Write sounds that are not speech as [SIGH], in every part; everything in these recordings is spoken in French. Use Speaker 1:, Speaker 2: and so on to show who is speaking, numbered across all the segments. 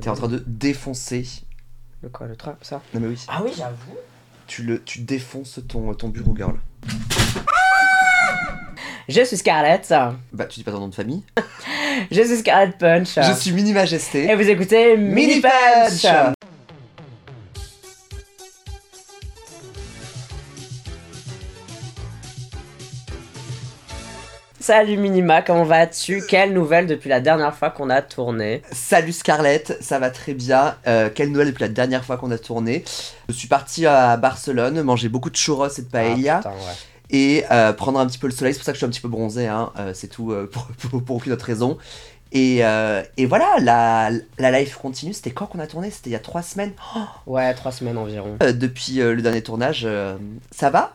Speaker 1: T'es en train de défoncer.
Speaker 2: Le quoi, le train, ça
Speaker 1: Non mais oui.
Speaker 2: Ah oui, j'avoue.
Speaker 1: Tu le, tu défonces ton, ton bureau girl.
Speaker 2: Je suis Scarlett.
Speaker 1: Bah tu dis pas ton nom de famille.
Speaker 2: Je suis Scarlett Punch.
Speaker 1: Je suis Mini Majesté.
Speaker 2: Et vous écoutez Eh, Mini Punch. Salut Minima, comment vas-tu Quelle nouvelle depuis la dernière fois qu'on a tourné
Speaker 1: Salut Scarlett, ça va très bien. Euh, quelle nouvelle depuis la dernière fois qu'on a tourné Je suis parti à Barcelone, manger beaucoup de churros et de paella.
Speaker 2: Ah, putain, ouais.
Speaker 1: et euh, prendre un petit peu le soleil. C'est pour ça que je suis un petit peu bronzé, hein, euh, c'est tout, euh, [LAUGHS] pour, pour- pour aucune autre raison. Et, euh, et voilà, la, la live continue. C'était quand qu'on a tourné C'était il y a trois semaines. Oh,
Speaker 2: Ouais, trois semaines environ.
Speaker 1: euh, depuis euh, le dernier tournage, euh, ça va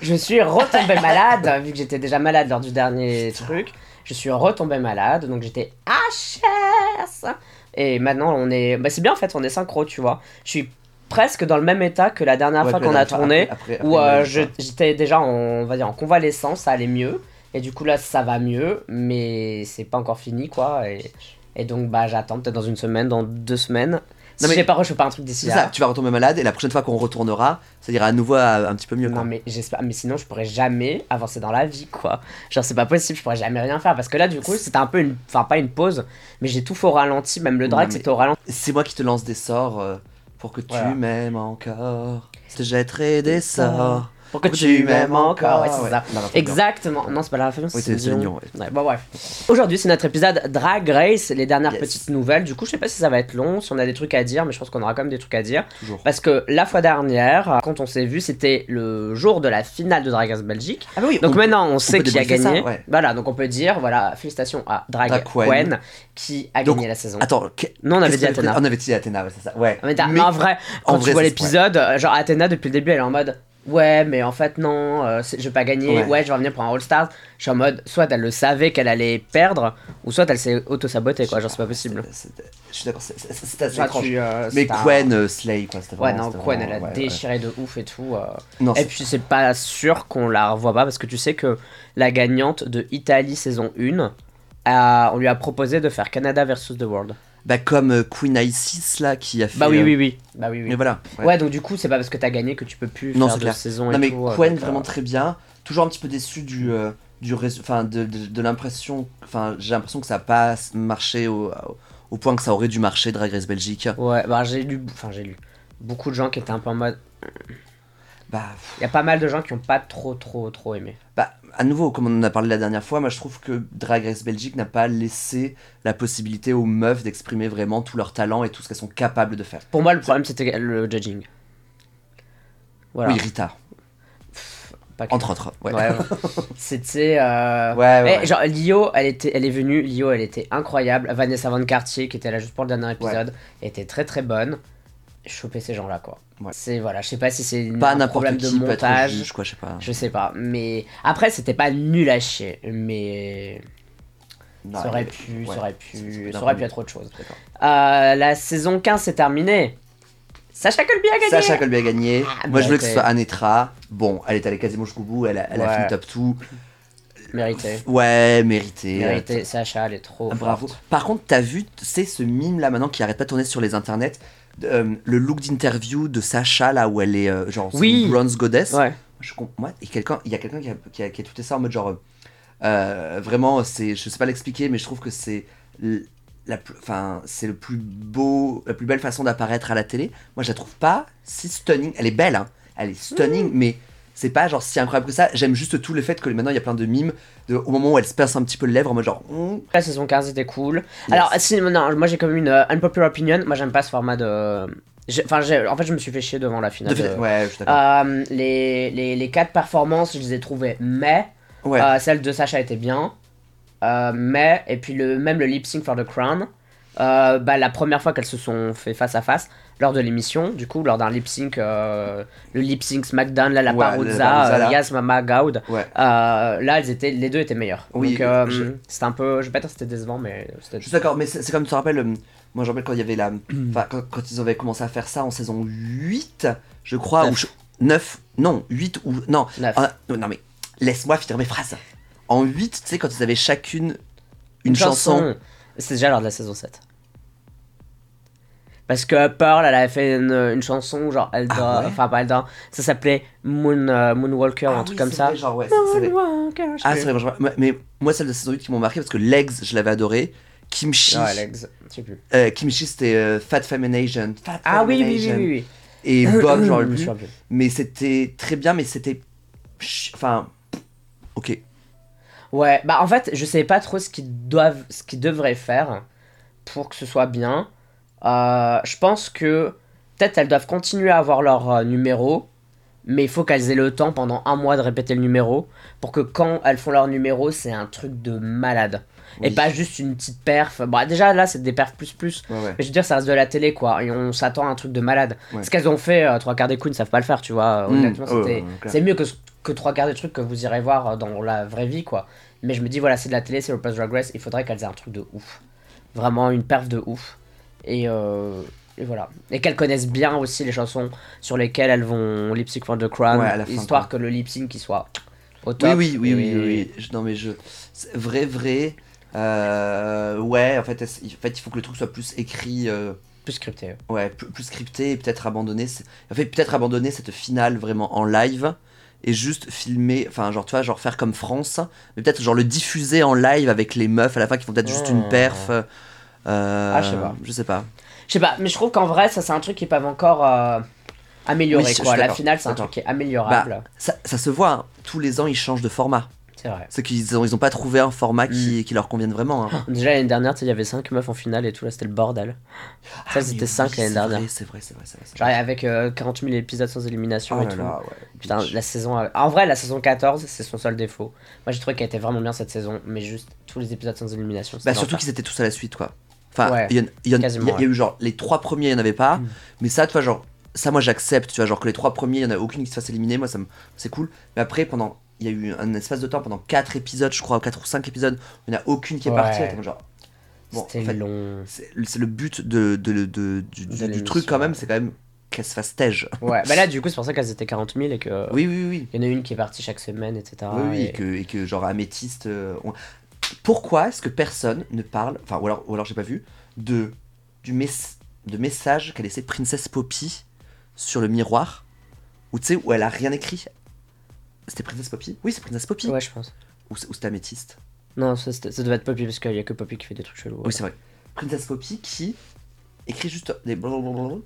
Speaker 2: Je suis retombée malade, vu que j'étais déjà malade lors du dernier truc. Je suis retombée malade, donc j'étais HS Et maintenant, on est. Bah, c'est bien en fait, on est synchro, tu vois. Je suis presque dans le même état que la dernière
Speaker 1: Ouais,
Speaker 2: fois
Speaker 1: puis la
Speaker 2: qu'on a
Speaker 1: dernière fois,
Speaker 2: tourné,
Speaker 1: après- après-
Speaker 2: où
Speaker 1: après,
Speaker 2: euh,
Speaker 1: ouais,
Speaker 2: je- j'étais déjà en, on va dire, en convalescence, ça allait mieux. Et du coup, là, ça va mieux, mais c'est pas encore fini, quoi. Et, et donc, bah, j'attends peut-être dans une semaine, dans deux semaines. Si
Speaker 1: Non, mais-
Speaker 2: j'ai pas re, je fais pas un truc d'ici
Speaker 1: C'est ça,
Speaker 2: là.
Speaker 1: tu vas retomber malade et la prochaine fois qu'on retournera, ça ira à nouveau à- un petit peu mieux. quoi.
Speaker 2: Non mais j'espère, mais sinon je pourrais jamais avancer dans la vie quoi. Genre c'est pas possible, je pourrais jamais rien faire parce que là du coup c'était un peu une, enfin pas une pause, mais j'ai tout fait au ralenti, même le drag
Speaker 1: Non, mais-
Speaker 2: c'était au ralenti.
Speaker 1: C'est moi qui te lance des sorts euh, pour que tu
Speaker 2: Voilà.
Speaker 1: m'aimes encore. Je te jetterai des sorts.
Speaker 2: Pour que tu m'aimes encore, ouais c'est ça.
Speaker 1: Non, non, c'est bien.
Speaker 2: Exactement, non c'est pas la Fabien, c'est
Speaker 1: Oui, c'est
Speaker 2: Dion.
Speaker 1: Céline Dion, ouais.
Speaker 2: Ouais, bon bref. Aujourd'hui c'est notre épisode Drag Race, les dernières
Speaker 1: Yes.
Speaker 2: petites nouvelles. Du coup je sais pas si ça va être long, si on a des trucs à dire, mais je pense qu'on aura quand même des trucs à dire.
Speaker 1: Toujours.
Speaker 2: Parce que la fois dernière, quand on s'est vu, c'était le jour de la finale de Drag Race Belgique.
Speaker 1: Ah bah oui,
Speaker 2: Donc
Speaker 1: on-
Speaker 2: maintenant, on sait
Speaker 1: peut
Speaker 2: qui a
Speaker 1: débriefer
Speaker 2: gagné.
Speaker 1: ça, ouais.
Speaker 2: Voilà, donc on peut dire, voilà, félicitations à Drag,
Speaker 1: Drag
Speaker 2: Queen,
Speaker 1: Queen.
Speaker 2: qui a
Speaker 1: Donc,
Speaker 2: gagné la saison.
Speaker 1: Attends, que-
Speaker 2: Non, on avait
Speaker 1: qu'est-ce
Speaker 2: dit
Speaker 1: qu'on
Speaker 2: Athéna.
Speaker 1: On avait dit Athéna, ouais, c'est ça. Ouais.
Speaker 2: Non, ah, mais t'as-
Speaker 1: Mais-
Speaker 2: mais en vrai, quand
Speaker 1: en
Speaker 2: tu
Speaker 1: vrai,
Speaker 2: vois
Speaker 1: c'est-
Speaker 2: l'épisode, euh, genre Athéna, depuis le début, elle est en mode Ouais, mais en fait, non, euh, c'est- je vais pas gagner, ouais.
Speaker 1: Ouais.
Speaker 2: je vais revenir pour un All-Stars. Je suis en mode Soit elle le savait qu'elle allait perdre, ou soit elle s'est auto-sabotée, quoi, genre c'est pas possible.
Speaker 1: C'est- c'est- Je suis d'accord, c'est- c'est c'est assez
Speaker 2: Genre,
Speaker 1: étrange.
Speaker 2: tu, euh,
Speaker 1: Mais
Speaker 2: c'est un-
Speaker 1: Quen euh, Slay, quoi. c'était
Speaker 2: Ouais,
Speaker 1: vraiment-
Speaker 2: non,
Speaker 1: c'était
Speaker 2: Quen, elle
Speaker 1: vraiment-
Speaker 2: a
Speaker 1: ouais, ouais.
Speaker 2: déchiré de ouf et tout. euh.
Speaker 1: Non,
Speaker 2: Et
Speaker 1: c'est-
Speaker 2: puis c'est pas sûr qu'on la revoit pas parce que tu sais que la gagnante de Italie saison 1, a- on lui a proposé de faire Canada versus The World.
Speaker 1: Bah, comme euh, Queen Isis, là, qui a fait.
Speaker 2: Bah oui,
Speaker 1: euh,
Speaker 2: oui, oui. Bah oui, oui.
Speaker 1: Mais voilà.
Speaker 2: Ouais. donc du coup, c'est pas parce que t'as gagné que tu peux plus
Speaker 1: Non,
Speaker 2: faire
Speaker 1: c'est
Speaker 2: de
Speaker 1: clair.
Speaker 2: saison et
Speaker 1: Non, mais
Speaker 2: tout. euh,
Speaker 1: Quen,
Speaker 2: donc, euh,
Speaker 1: vraiment très bien. Toujours un petit peu déçu du. euh, du résu- enfin de, de, de l'impression enfin j'ai l'impression que ça n'a pas marché au, au point que ça aurait dû marcher Drag Race Belgique
Speaker 2: Ouais, bah j'ai lu, enfin j'ai lu beaucoup de gens qui étaient un peu en mode.
Speaker 1: bah pff,
Speaker 2: Il y a pas mal de gens qui ont pas trop, trop, trop aimé.
Speaker 1: bah à nouveau comme on en a parlé la dernière fois moi je trouve que Drag Race Belgique n'a pas laissé la possibilité aux meufs d'exprimer vraiment tout leur talent et tout ce qu'elles sont capables de faire
Speaker 2: Pour moi, le problème c'était le judging. Voilà.
Speaker 1: oui Rita
Speaker 2: Pas que-
Speaker 1: entre autres ouais
Speaker 2: Ouais,
Speaker 1: [LAUGHS]
Speaker 2: ouais. C'était. euh,
Speaker 1: Ouais, ouais,
Speaker 2: eh,
Speaker 1: ouais.
Speaker 2: Genre, Lio, elle, était, elle est venue, Lio, elle était incroyable. Vanessa Van Cartier, qui était là juste pour le dernier épisode, était très très bonne. Choper ces gens-là, quoi.
Speaker 1: Ouais.
Speaker 2: C'est voilà, je sais pas si c'est une-
Speaker 1: pas
Speaker 2: un
Speaker 1: n'importe
Speaker 2: problème
Speaker 1: qui
Speaker 2: de
Speaker 1: peut être
Speaker 2: montage.
Speaker 1: juge quoi je sais pas
Speaker 2: Je sais pas, mais après c'était pas nul à chier, mais
Speaker 1: Non,
Speaker 2: ça aurait
Speaker 1: mais-
Speaker 2: pu,
Speaker 1: ouais.
Speaker 2: ça aurait
Speaker 1: Ça aurait
Speaker 2: pu,
Speaker 1: pu
Speaker 2: ça aurait
Speaker 1: être
Speaker 2: pu être autre chose.
Speaker 1: D'accord.
Speaker 2: Euh, la saison 15 c'est terminé. Sacha Colby a gagné.
Speaker 1: Sacha Colby a gagné.
Speaker 2: Ah,
Speaker 1: Moi,
Speaker 2: bah,
Speaker 1: je voulais que ce
Speaker 2: t'es-
Speaker 1: soit Anetra. Bon, elle est allée quasiment jusqu'au bout. Elle a, elle a
Speaker 2: Ouais.
Speaker 1: fini top tout.
Speaker 2: Mérité,
Speaker 1: Ouais, mérité.
Speaker 2: mérité. Sacha, elle est trop.
Speaker 1: Ah, euh, bravo.
Speaker 2: forte.
Speaker 1: Par contre, t'as vu, c'est ce mime là maintenant qui arrête pas de tourner sur les internets. euh, le look d'interview de Sacha là où elle est euh, genre c'est
Speaker 2: Oui.
Speaker 1: une bronze goddess.
Speaker 2: Ouais.
Speaker 1: Je comprends. ouais, et quelqu'un, il y a quelqu'un qui a, qui, a, qui a tweeté ça en mode genre euh, euh, vraiment, c'est, je sais pas l'expliquer, mais je trouve que c'est l- la, plus- enfin, c'est le plus beau, la plus belle façon d'apparaître à la télé. Moi, je la trouve pas si stunning. Elle est belle, hein. Elle est stunning,
Speaker 2: Mmh.
Speaker 1: mais c'est pas genre si incroyable que ça. J'aime juste tout le fait que maintenant il y a plein de mimes de, au moment où elle se pince un petit peu les lèvres en mode genre. hmm,
Speaker 2: La saison 15 était cool. Alors, si, non, moi j'ai comme une euh, unpopular opinion. Moi j'aime pas ce format de. j'ai- Enfin, j'ai- en fait, je me suis fait chier devant la finale.
Speaker 1: de fait-
Speaker 2: de-
Speaker 1: ouais, je suis d'accord.
Speaker 2: Euh, les, les, les quatre performances, je les ai trouvées mais.
Speaker 1: ouais.
Speaker 2: Euh, celle de Sacha était bien. Euh, mais, et puis le, même le lip sync for the crown. euh, bah, la première fois qu'elles se sont fait face à face lors de l'émission, du coup, lors d'un lip sync, euh, le lip sync SmackDown, là, la
Speaker 1: Ouais,
Speaker 2: Parouza,
Speaker 1: la Parouza,
Speaker 2: euh,
Speaker 1: là.
Speaker 2: Yas Mama Gaud,
Speaker 1: Ouais.
Speaker 2: euh, là, elles étaient, les deux étaient meilleures.
Speaker 1: Oui,
Speaker 2: Donc, euh,
Speaker 1: je-
Speaker 2: c'était un peu, je vais pas dire que c'était décevant, mais c'était.
Speaker 1: Je suis d'accord, mais c'est c'est comme tu te rappelles, euh, moi je me rappelle quand il y avait la. [CLEARS THROAT] Enfin, quand, quand ils avaient commencé à faire ça en saison 8, je crois, ou
Speaker 2: Neuf.
Speaker 1: 9, non, 8 ou. Non,
Speaker 2: Neuf.
Speaker 1: ah, non, non, mais laisse-moi finir mes phrases. En 8, tu sais, quand ils avaient chacune une, chanson.
Speaker 2: C'était déjà lors de la saison 7. Parce que Pearl, elle avait fait une, une chanson, genre, elle
Speaker 1: Ah
Speaker 2: dort-
Speaker 1: ouais
Speaker 2: enfin pas elle dort, ça s'appelait Moon, euh, Moonwalker,
Speaker 1: Ah
Speaker 2: un truc
Speaker 1: oui,
Speaker 2: comme
Speaker 1: c'est
Speaker 2: ça.
Speaker 1: vrai, genre, ouais, c'est- c'est vrai.
Speaker 2: Moonwalker, je sais
Speaker 1: Ah,
Speaker 2: plus.
Speaker 1: c'est vrai, moi, je- mais- mais moi, celles de saison 8 qui m'ont marqué parce que Legs, je l'avais adoré. Kimchi,
Speaker 2: Non, Alex, je sais plus.
Speaker 1: euh, Kimchi c'était euh, Fat Femination. Fat
Speaker 2: Ah oui, oui, oui,
Speaker 1: Femination.
Speaker 2: oui. oui. Mhm.
Speaker 1: Et
Speaker 2: [CLEARS THROAT]
Speaker 1: Bob, j'en ai
Speaker 2: Je me
Speaker 1: plus.
Speaker 2: souviens plus.
Speaker 1: Mais c'était très bien, mais c'était. ch- Enfin. Ok.
Speaker 2: Ouais, bah en fait, je sais pas trop ce qu'ils doivent, ce qu'ils devraient faire pour que ce soit bien. Euh, je pense que peut-être elles doivent continuer à avoir leur euh, numéro, mais il faut qu'elles aient le temps pendant un mois de répéter le numéro pour que quand elles font leur numéro, c'est un truc de malade. Et
Speaker 1: Oui.
Speaker 2: pas juste une petite perf. Bah déjà là, c'est des perfs plus plus.
Speaker 1: Ouais, ouais.
Speaker 2: Mais je veux dire, ça reste de la télé quoi, et on s'attend à un truc de malade.
Speaker 1: Ouais.
Speaker 2: Ce qu'elles ont fait, euh, trois quarts des coups ne savent pas le faire, tu vois. euh,
Speaker 1: Mm,
Speaker 2: Honnêtement,
Speaker 1: ouais, ouais,
Speaker 2: c'était.
Speaker 1: ouais, ouais, clair.
Speaker 2: C'est mieux que, ce- que trois quarts des trucs que vous irez voir euh, dans la vraie vie, quoi. Mais je me dis, voilà, c'est de la télé, c'est RuPaul's Drag Race, il faudrait qu'elles aient un truc de ouf. Vraiment une perf de ouf. Et, euh, et voilà. Et qu'elles connaissent bien aussi les chansons sur lesquelles elles vont lip sync for the crown,
Speaker 1: Ouais, à la fin,
Speaker 2: histoire
Speaker 1: quoi.
Speaker 2: que le lip sync il soit au top.
Speaker 1: Oui, oui, oui, oui,
Speaker 2: et-
Speaker 1: oui, oui. Je- non, mais je. c'est Vrai, vrai. Euh, ouais, en fait, est-ce- en fait, il faut que le truc soit plus écrit, euh,
Speaker 2: Plus scripté.
Speaker 1: ouais, plus, plus scripté et peut-être abandonner. ce- En fait, peut-être abandonner cette finale vraiment en live et juste filmer, enfin, genre, tu vois, genre faire comme France, mais peut-être genre le diffuser en live avec les meufs à la fin qui font peut-être juste une
Speaker 2: Mmh.
Speaker 1: perf. euh,
Speaker 2: je sais pas.
Speaker 1: Ah, Je sais pas.
Speaker 2: Je sais pas, mais je trouve qu'en vrai, ça c'est un truc qu'ils peuvent encore euh, améliorer,
Speaker 1: Oui, je- je
Speaker 2: quoi.
Speaker 1: suis
Speaker 2: La
Speaker 1: d'accord,
Speaker 2: finale, c'est un
Speaker 1: d'accord.
Speaker 2: truc qui est améliorable.
Speaker 1: Ça, ça se voit, hein. tous les ans ils changent de format.
Speaker 2: C'est vrai.
Speaker 1: C'est qu'ils ont, ils ont pas trouvé un format qui, qui leur convienne vraiment. hein.
Speaker 2: Déjà l'année dernière, tu sais, il y avait 5 meufs en finale et tout, là c'était le bordel. Ça,
Speaker 1: Ah,
Speaker 2: c'était
Speaker 1: mais
Speaker 2: cinq
Speaker 1: oui,
Speaker 2: l'année
Speaker 1: c'est
Speaker 2: dernière.
Speaker 1: vrai, C'est vrai, c'est vrai, c'est vrai. c'est
Speaker 2: Genre
Speaker 1: vrai.
Speaker 2: avec euh, 40 000 épisodes sans élimination
Speaker 1: Oh
Speaker 2: et
Speaker 1: là
Speaker 2: tout.
Speaker 1: là, ouais. Bah,
Speaker 2: Putain,
Speaker 1: Bitch.
Speaker 2: la saison. a- En vrai, la saison 14, c'est son seul défaut. Moi, j'ai trouvé qu'elle était vraiment bien cette saison, mais juste tous les épisodes sans élimination.
Speaker 1: Bah,
Speaker 2: c'était
Speaker 1: surtout
Speaker 2: l'enfer.
Speaker 1: qu'ils étaient tous à la suite, quoi. Enfin,
Speaker 2: Ouais,
Speaker 1: il y en- il y en- il y a-
Speaker 2: quasiment,
Speaker 1: il y a eu genre les trois premiers, il n'y en avait pas.
Speaker 2: Mm.
Speaker 1: Mais ça, tu vois, genre, ça, moi j'accepte, tu vois, genre que les trois premiers, il n'y en a aucune qui se fasse éliminer, moi, ça me- c'est cool. Mais après, pendant. Il y a eu un espace de temps pendant quatre épisodes, je crois, quatre ou cinq épisodes, il n'y en a aucune qui est
Speaker 2: Ouais.
Speaker 1: partie. et comme genre, bon, en
Speaker 2: C'était
Speaker 1: fait,
Speaker 2: long.
Speaker 1: c'est c'est le but de, de- de- du, du-
Speaker 2: De
Speaker 1: du
Speaker 2: l'émission,
Speaker 1: truc quand même,
Speaker 2: ouais.
Speaker 1: c'est quand même qu'elle se fasse tège.
Speaker 2: Ouais, bah là, du coup, c'est pour ça qu'elles étaient 40 000 et que.
Speaker 1: Oui, oui, oui.
Speaker 2: Il y en a une qui est partie chaque semaine, etc.
Speaker 1: oui, oui,
Speaker 2: et-
Speaker 1: et... que, et que genre améthyste. euh, on- Pourquoi est-ce que personne ne parle, enfin, ou alors, ou alors j'ai pas vu, de, du mes- de message qu'a laissé Princess Poppy sur le miroir, où tu sais, où elle a rien écrit C'était Princess Poppy Oui, c'est Princess Poppy.
Speaker 2: Ouais, je pense.
Speaker 1: Ou, c'est- ou c'était améthyste
Speaker 2: Non, ça, c'était- ça devait être Poppy parce qu'il y a que Poppy qui fait des trucs chelous. ouais.
Speaker 1: Oui, c'est vrai. Princess Poppy qui écrit juste des blablabla.
Speaker 2: Hein?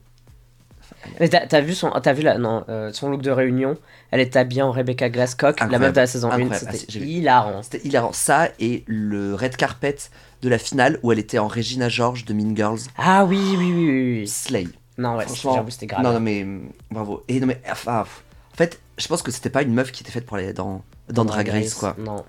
Speaker 2: Mais t'as t'as vu son, t'as vu la, non, euh, son look de réunion Elle est habillée en Rebecca Glasscock, la
Speaker 1: Incroyable.
Speaker 2: meuf de la saison 1.
Speaker 1: Incroyable. Ah, si,
Speaker 2: C'était
Speaker 1: j'ai vu.
Speaker 2: hilarant.
Speaker 1: C'était hilarant. Ça et le red carpet de la finale où elle était en Regina George de Mean Girls.
Speaker 2: Ah oui, oui, oui, oui. oui.
Speaker 1: Slay.
Speaker 2: Non, ouais,
Speaker 1: Franchement,
Speaker 2: j'avoue, c'était grave.
Speaker 1: Non, non, mais mm, bravo. Et non, mais enfin, pff, en fait, je pense que c'était pas une meuf qui était faite pour aller dans, dans Drag Race, quoi.
Speaker 2: Non.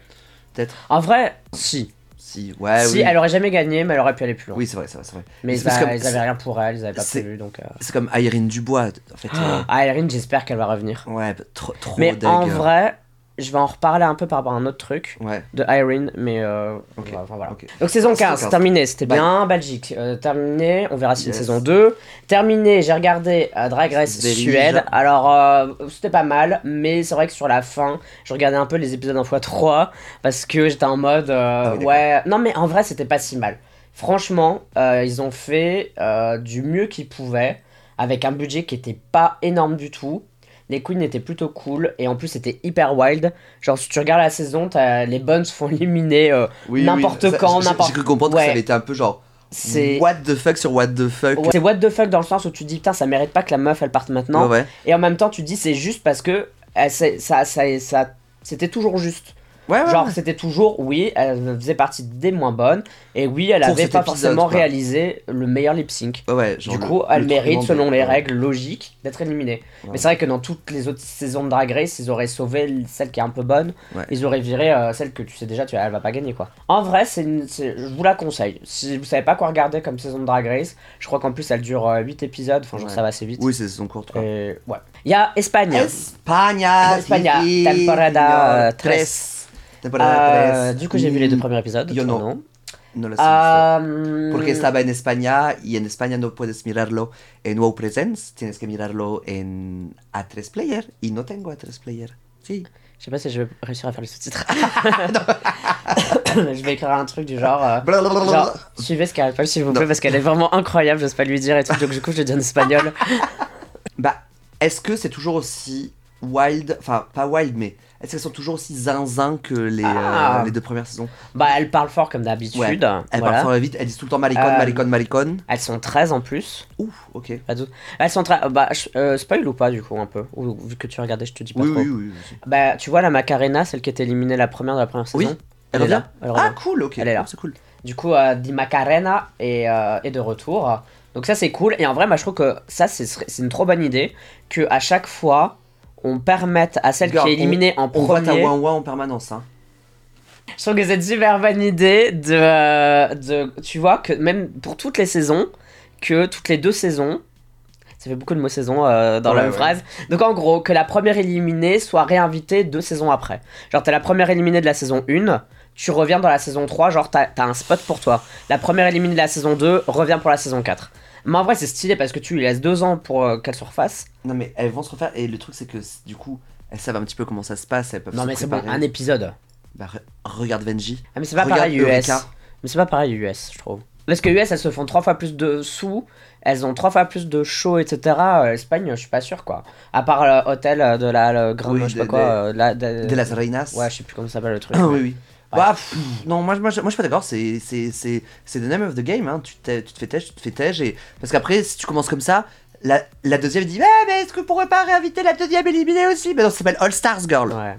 Speaker 1: Peut-être.
Speaker 2: En vrai, si.
Speaker 1: Si, ouais,
Speaker 2: si,
Speaker 1: oui.
Speaker 2: elle aurait jamais gagné, mais elle aurait pu aller plus loin.
Speaker 1: Oui, c'est vrai, c'est vrai, c'est vrai.
Speaker 2: Mais
Speaker 1: c'est parce
Speaker 2: ça,
Speaker 1: que-
Speaker 2: ils avaient rien pour elle, ils avaient pas
Speaker 1: c'est-
Speaker 2: prévu, donc... euh.
Speaker 1: C'est comme Irene Dubois, en fait. euh,
Speaker 2: Ah, Erin, j'espère qu'elle va revenir.
Speaker 1: ouais, bah, trop, trop
Speaker 2: mais
Speaker 1: deg,
Speaker 2: en
Speaker 1: euh,
Speaker 2: vrai, je vais en reparler un peu par rapport à un autre truc
Speaker 1: Ouais,
Speaker 2: de Irene, mais... euh,
Speaker 1: Ok.
Speaker 2: enfin, voilà.
Speaker 1: ok.
Speaker 2: Donc saison
Speaker 1: Saison
Speaker 2: 15,
Speaker 1: 15.
Speaker 2: terminé, c'était
Speaker 1: Bye.
Speaker 2: bien, Belgique, euh, terminé, on verra si une
Speaker 1: Yes.
Speaker 2: saison 2. Terminé, j'ai regardé euh, Drag Race
Speaker 1: Belge.
Speaker 2: Suède, alors euh, c'était pas mal, mais c'est vrai que sur la fin, je regardais un peu les épisodes en x3, parce que j'étais en mode, euh,
Speaker 1: Ah oui, d'accord.
Speaker 2: ouais, non mais en vrai c'était pas si mal. Franchement, euh, ils ont fait euh, du mieux qu'ils pouvaient, avec un budget qui était pas énorme du tout. Les queens étaient plutôt cool et en plus c'était hyper wild. Genre si tu regardes la saison, t'as- les bonnes se [LAUGHS] font éliminer euh,
Speaker 1: Oui, oui,
Speaker 2: N'importe
Speaker 1: ça-
Speaker 2: quand,
Speaker 1: j'ai-
Speaker 2: n'importe-
Speaker 1: J'ai cru comprendre que
Speaker 2: Ouais.
Speaker 1: ça avait été un peu genre.
Speaker 2: c'est
Speaker 1: What the fuck sur what the fuck.
Speaker 2: Ouais, C'est what the fuck dans le sens où tu te dis putain ça mérite pas que la meuf elle parte maintenant
Speaker 1: Ouais, ouais.
Speaker 2: et en même temps tu te dis c'est juste parce que elle, s'est- ça, ça, ça- c'était toujours juste
Speaker 1: Ouais, Ah, ouais,
Speaker 2: genre
Speaker 1: ouais.
Speaker 2: c'était toujours oui elle faisait partie des moins bonnes et oui elle
Speaker 1: Pour
Speaker 2: avait
Speaker 1: cet
Speaker 2: pas
Speaker 1: épisode,
Speaker 2: forcément
Speaker 1: quoi.
Speaker 2: réalisé le meilleur lip sync
Speaker 1: Ouais, ouais, genre
Speaker 2: du
Speaker 1: le-
Speaker 2: coup
Speaker 1: le
Speaker 2: elle mérite
Speaker 1: tourment de-
Speaker 2: selon les
Speaker 1: ouais.
Speaker 2: règles logiques d'être éliminée mais
Speaker 1: Ouais.
Speaker 2: c'est vrai que dans toutes les autres saisons de Drag Race ils auraient sauvé celle qui est un peu bonne
Speaker 1: Ouais.
Speaker 2: ils auraient viré euh, celle que tu sais déjà tu elle va pas gagner quoi en vrai c'est une- c'est- je vous la conseille si vous savez pas quoi regarder comme saison de Drag Race je crois qu'en plus elle dure euh, 8 épisodes enfin genre
Speaker 1: Ouais.
Speaker 2: ça va assez vite
Speaker 1: Oui, c'est son courte. quoi.
Speaker 2: Et, ouais. Il y a Espagne.
Speaker 1: España,
Speaker 2: España,
Speaker 1: sí,
Speaker 2: temporada,
Speaker 1: señor,
Speaker 2: tres.
Speaker 1: Temporada
Speaker 2: Euh,
Speaker 1: 3.
Speaker 2: du coup, j'ai vu les deux premiers épisodes.
Speaker 1: Yo
Speaker 2: ton
Speaker 1: no.
Speaker 2: nom.
Speaker 1: No lo sé.
Speaker 2: Euh,
Speaker 1: Porque estaba en España y en España no puedes mirarlo en WoW Presents, tienes que mirarlo en A3 Player y no tengo A3 Player. Sí.
Speaker 2: Je sais pas si je vais réussir à faire les sous-titres. [LAUGHS] je vais écrire un truc du genre. euh,
Speaker 1: Blablabla.
Speaker 2: genre, suivez ce qu'elle s'il vous plaît, parce qu'elle est vraiment incroyable, j'ose pas lui dire et tout, donc du coup je le dis en
Speaker 1: [LAUGHS]
Speaker 2: espagnol.
Speaker 1: Bah, est-ce que c'est toujours aussi wild, enfin pas wild, mais est-ce qu'elles sont toujours aussi zinzin que les,
Speaker 2: Ah.
Speaker 1: euh, les deux premières saisons
Speaker 2: Bah, elle parle fort comme d'habitude.
Speaker 1: Ouais, Elles
Speaker 2: voilà.
Speaker 1: parlent fort et vite, elles disent tout le temps malicone,
Speaker 2: Euh.
Speaker 1: malicone, malicone.
Speaker 2: Elles sont 13 en plus.
Speaker 1: Ouh, ok.
Speaker 2: Pas de doute. Elles sont 13. Bah, je- euh, spoil ou pas du coup, un peu Ou vu que tu regardais, je te dis pas
Speaker 1: Oui,
Speaker 2: trop.
Speaker 1: oui, oui, oui.
Speaker 2: Bah, tu vois la Macarena, celle qui était éliminée la première de la première
Speaker 1: Oui,
Speaker 2: saison
Speaker 1: Elle
Speaker 2: est
Speaker 1: revient
Speaker 2: là, elle
Speaker 1: Ah,
Speaker 2: revient.
Speaker 1: cool, ok.
Speaker 2: Elle est là.
Speaker 1: C'est cool.
Speaker 2: Du coup, euh, Di Macarena est, euh, est de retour. Donc ça, c'est cool. Et en vrai, moi, je trouve que ça, c'est c'est une trop bonne idée que à chaque fois, on permette à celle
Speaker 1: Girl,
Speaker 2: qui est éliminée en
Speaker 1: On voit ta
Speaker 2: premier.
Speaker 1: ouin ouin en permanence. Hein.
Speaker 2: Je trouve que c'est une super bonne idée de, euh, de... Tu vois, que même pour toutes les saisons, que toutes les deux saisons... Ça fait beaucoup de mots saison euh, dans la
Speaker 1: Ouais,
Speaker 2: même
Speaker 1: ouais.
Speaker 2: phrase. Donc en gros, que la première éliminée soit réinvitée deux saisons après. Genre, t'es la première éliminée de la saison 1, tu reviens dans la saison 3, genre t'as t'as un spot pour toi. La première éliminée de la saison 2 revient pour la saison 4. Mais en vrai, c'est stylé parce que tu lui laisses deux ans pour euh, qu'elle se refasse.
Speaker 1: Non, mais elles vont se refaire. Et le truc, c'est que du coup, elles savent un petit peu comment ça se passe. Elles peuvent
Speaker 2: Non,
Speaker 1: se
Speaker 2: mais c'est bon,
Speaker 1: préparer.
Speaker 2: un épisode.
Speaker 1: Bah, re- regarde Venji.
Speaker 2: Ah, mais c'est pas
Speaker 1: Regarde
Speaker 2: pareil US.
Speaker 1: Eureka.
Speaker 2: Mais c'est pas pareil US, je trouve. Parce que US, elles se font trois fois plus de sous, elles ont trois fois plus de shows, etc. Euh, Espagne, je suis pas sûr quoi. À part l'hôtel de la le Grand,
Speaker 1: Oui,
Speaker 2: je sais
Speaker 1: de-
Speaker 2: pas quoi.
Speaker 1: de-
Speaker 2: euh, la- de-
Speaker 1: De las Reinas.
Speaker 2: Ouais, je sais plus comment ça s'appelle le truc.
Speaker 1: Ah,
Speaker 2: mais-
Speaker 1: oui, oui.
Speaker 2: Ouais.
Speaker 1: Bah, pff, non, moi, je- moi, je moi, je suis pas d'accord, c'est c'est- c'est- c'est the name of the game, hein. tu, t'es- tu te fais têche, tu te fais têche, et... parce qu'après, si tu commences comme ça, la, la deuxième dit, ah, mais est-ce que vous pourrez pas réinviter la deuxième éliminée aussi Mais non, ça s'appelle All Stars Girl.
Speaker 2: Ouais.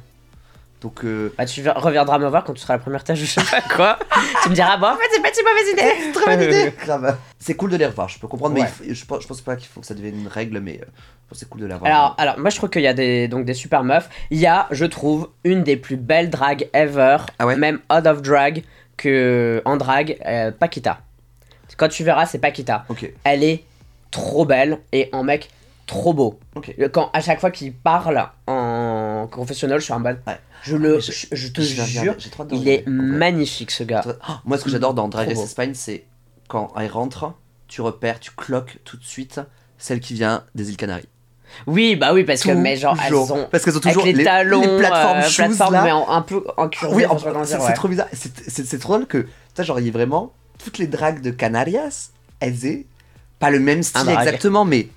Speaker 1: Donc, euh,
Speaker 2: Bah, tu vi- reviendras me voir quand tu seras la première tâche, je sais
Speaker 1: [LAUGHS]
Speaker 2: pas quoi. tu me diras, bon, en fait, c'est pas si mauvaise idée.
Speaker 1: très bonne
Speaker 2: [LAUGHS]
Speaker 1: idée Grave. C'est cool de les revoir, je peux comprendre,
Speaker 2: Ouais.
Speaker 1: mais il f- je, pense- je pense pas qu'il faut que ça devienne une règle, mais euh, je pense que c'est cool de les revoir.
Speaker 2: Alors, alors, moi je trouve qu'il y a des, donc, des super meufs. Il y a, je trouve, une des plus belles drags ever,
Speaker 1: Ah ouais
Speaker 2: même out of drag, que en drag, euh, Paquita. Quand tu verras, c'est Paquita.
Speaker 1: Ok,
Speaker 2: Elle est trop belle et en mec trop beau.
Speaker 1: ok.
Speaker 2: Quand à chaque fois qu'il parle en confessionnal, je suis en mode.
Speaker 1: Ouais.
Speaker 2: Je le,
Speaker 1: Je-
Speaker 2: je, je te
Speaker 1: Je vais regarder,
Speaker 2: jure,
Speaker 1: j'ai trop hâte de
Speaker 2: il
Speaker 1: regarder.
Speaker 2: est
Speaker 1: Ouais.
Speaker 2: magnifique ce gars.
Speaker 1: Oh, Moi, ce que j'adore dans Drag
Speaker 2: Trop
Speaker 1: Race
Speaker 2: beau.
Speaker 1: Espagne, c'est quand elle rentre, tu repères, tu cloques tout de suite celle qui vient des îles Canaries.
Speaker 2: Oui, bah oui, parce que mais genre elles
Speaker 1: Toujours.
Speaker 2: ont
Speaker 1: parce qu'elles ont
Speaker 2: avec
Speaker 1: toujours
Speaker 2: les, talons,
Speaker 1: les plateformes
Speaker 2: euh,
Speaker 1: shoes,
Speaker 2: plateformes,
Speaker 1: là.
Speaker 2: mais en- un peu en curvé,
Speaker 1: oui,
Speaker 2: enfin,
Speaker 1: en-
Speaker 2: je sais pas comment
Speaker 1: c'est
Speaker 2: dire,
Speaker 1: c'est
Speaker 2: ouais.
Speaker 1: trop bizarre. C'est c'est- c'est trop drôle que tu vois, genre il y a vraiment toutes les dragues de Canarias, elles aient pas le même style
Speaker 2: drague.
Speaker 1: exactement, mais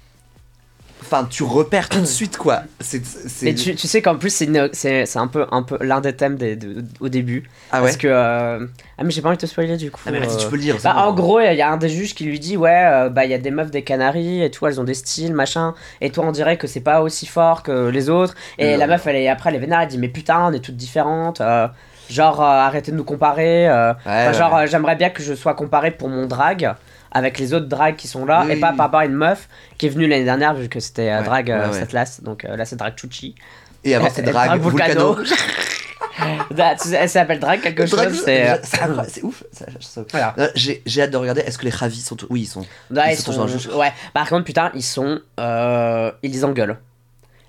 Speaker 1: enfin tu repères tout de suite quoi. C'est
Speaker 2: Mais
Speaker 1: c'est-
Speaker 2: tu, tu sais qu'en plus, c'est une- c'est c'est un peu, un peu l'un des thèmes des- de- au début.
Speaker 1: ah ouais.
Speaker 2: Parce que. euh, Ah, mais j'ai pas envie de te spoiler du coup.
Speaker 1: Ah, mais vas-y,
Speaker 2: euh,
Speaker 1: tu peux le dire. c'est
Speaker 2: bah,
Speaker 1: bon.
Speaker 2: en gros, il y a un des juges qui lui dit Ouais, euh, bah, il y a des meufs des Canaries et tout, elles ont des styles, machin. Et toi, on dirait que c'est pas aussi fort que les autres. Et
Speaker 1: Non.
Speaker 2: la meuf, elle est, après, elle est vénère, elle dit Mais putain, on est toutes différentes. euh, genre, euh, arrêtez de nous comparer. euh,
Speaker 1: Ouais,
Speaker 2: enfin,
Speaker 1: ouais,
Speaker 2: genre,
Speaker 1: ouais.
Speaker 2: euh, j'aimerais bien que je sois comparé pour mon drag avec les autres drags qui sont là
Speaker 1: Oui,
Speaker 2: et pas
Speaker 1: oui.
Speaker 2: par rapport à une meuf qui est venue l'année dernière, vu que c'était euh,
Speaker 1: Ouais,
Speaker 2: drag euh,
Speaker 1: ouais, ouais.
Speaker 2: Satlas. Donc euh, là, c'est drag Chuchi. [LAUGHS]
Speaker 1: et avant c'est
Speaker 2: Elle drague
Speaker 1: drague
Speaker 2: Vulcano.
Speaker 1: Vulcano.
Speaker 2: Da- Bah, tu sais, Elle s'appelle Drag quelque chose.
Speaker 1: Drague-
Speaker 2: c'est, euh,
Speaker 1: c'est incroyable, c'est ouf. ça- ça-
Speaker 2: Voilà.
Speaker 1: Euh, J'ai j'ai hâte de regarder. Est-ce que les ravis sont tous- Oui, ils sont.
Speaker 2: Ouais,
Speaker 1: Ils
Speaker 2: ils
Speaker 1: sont
Speaker 2: sont-
Speaker 1: tous dans
Speaker 2: ouais. Par contre, putain, ils sont. euh, Ils les engueulent.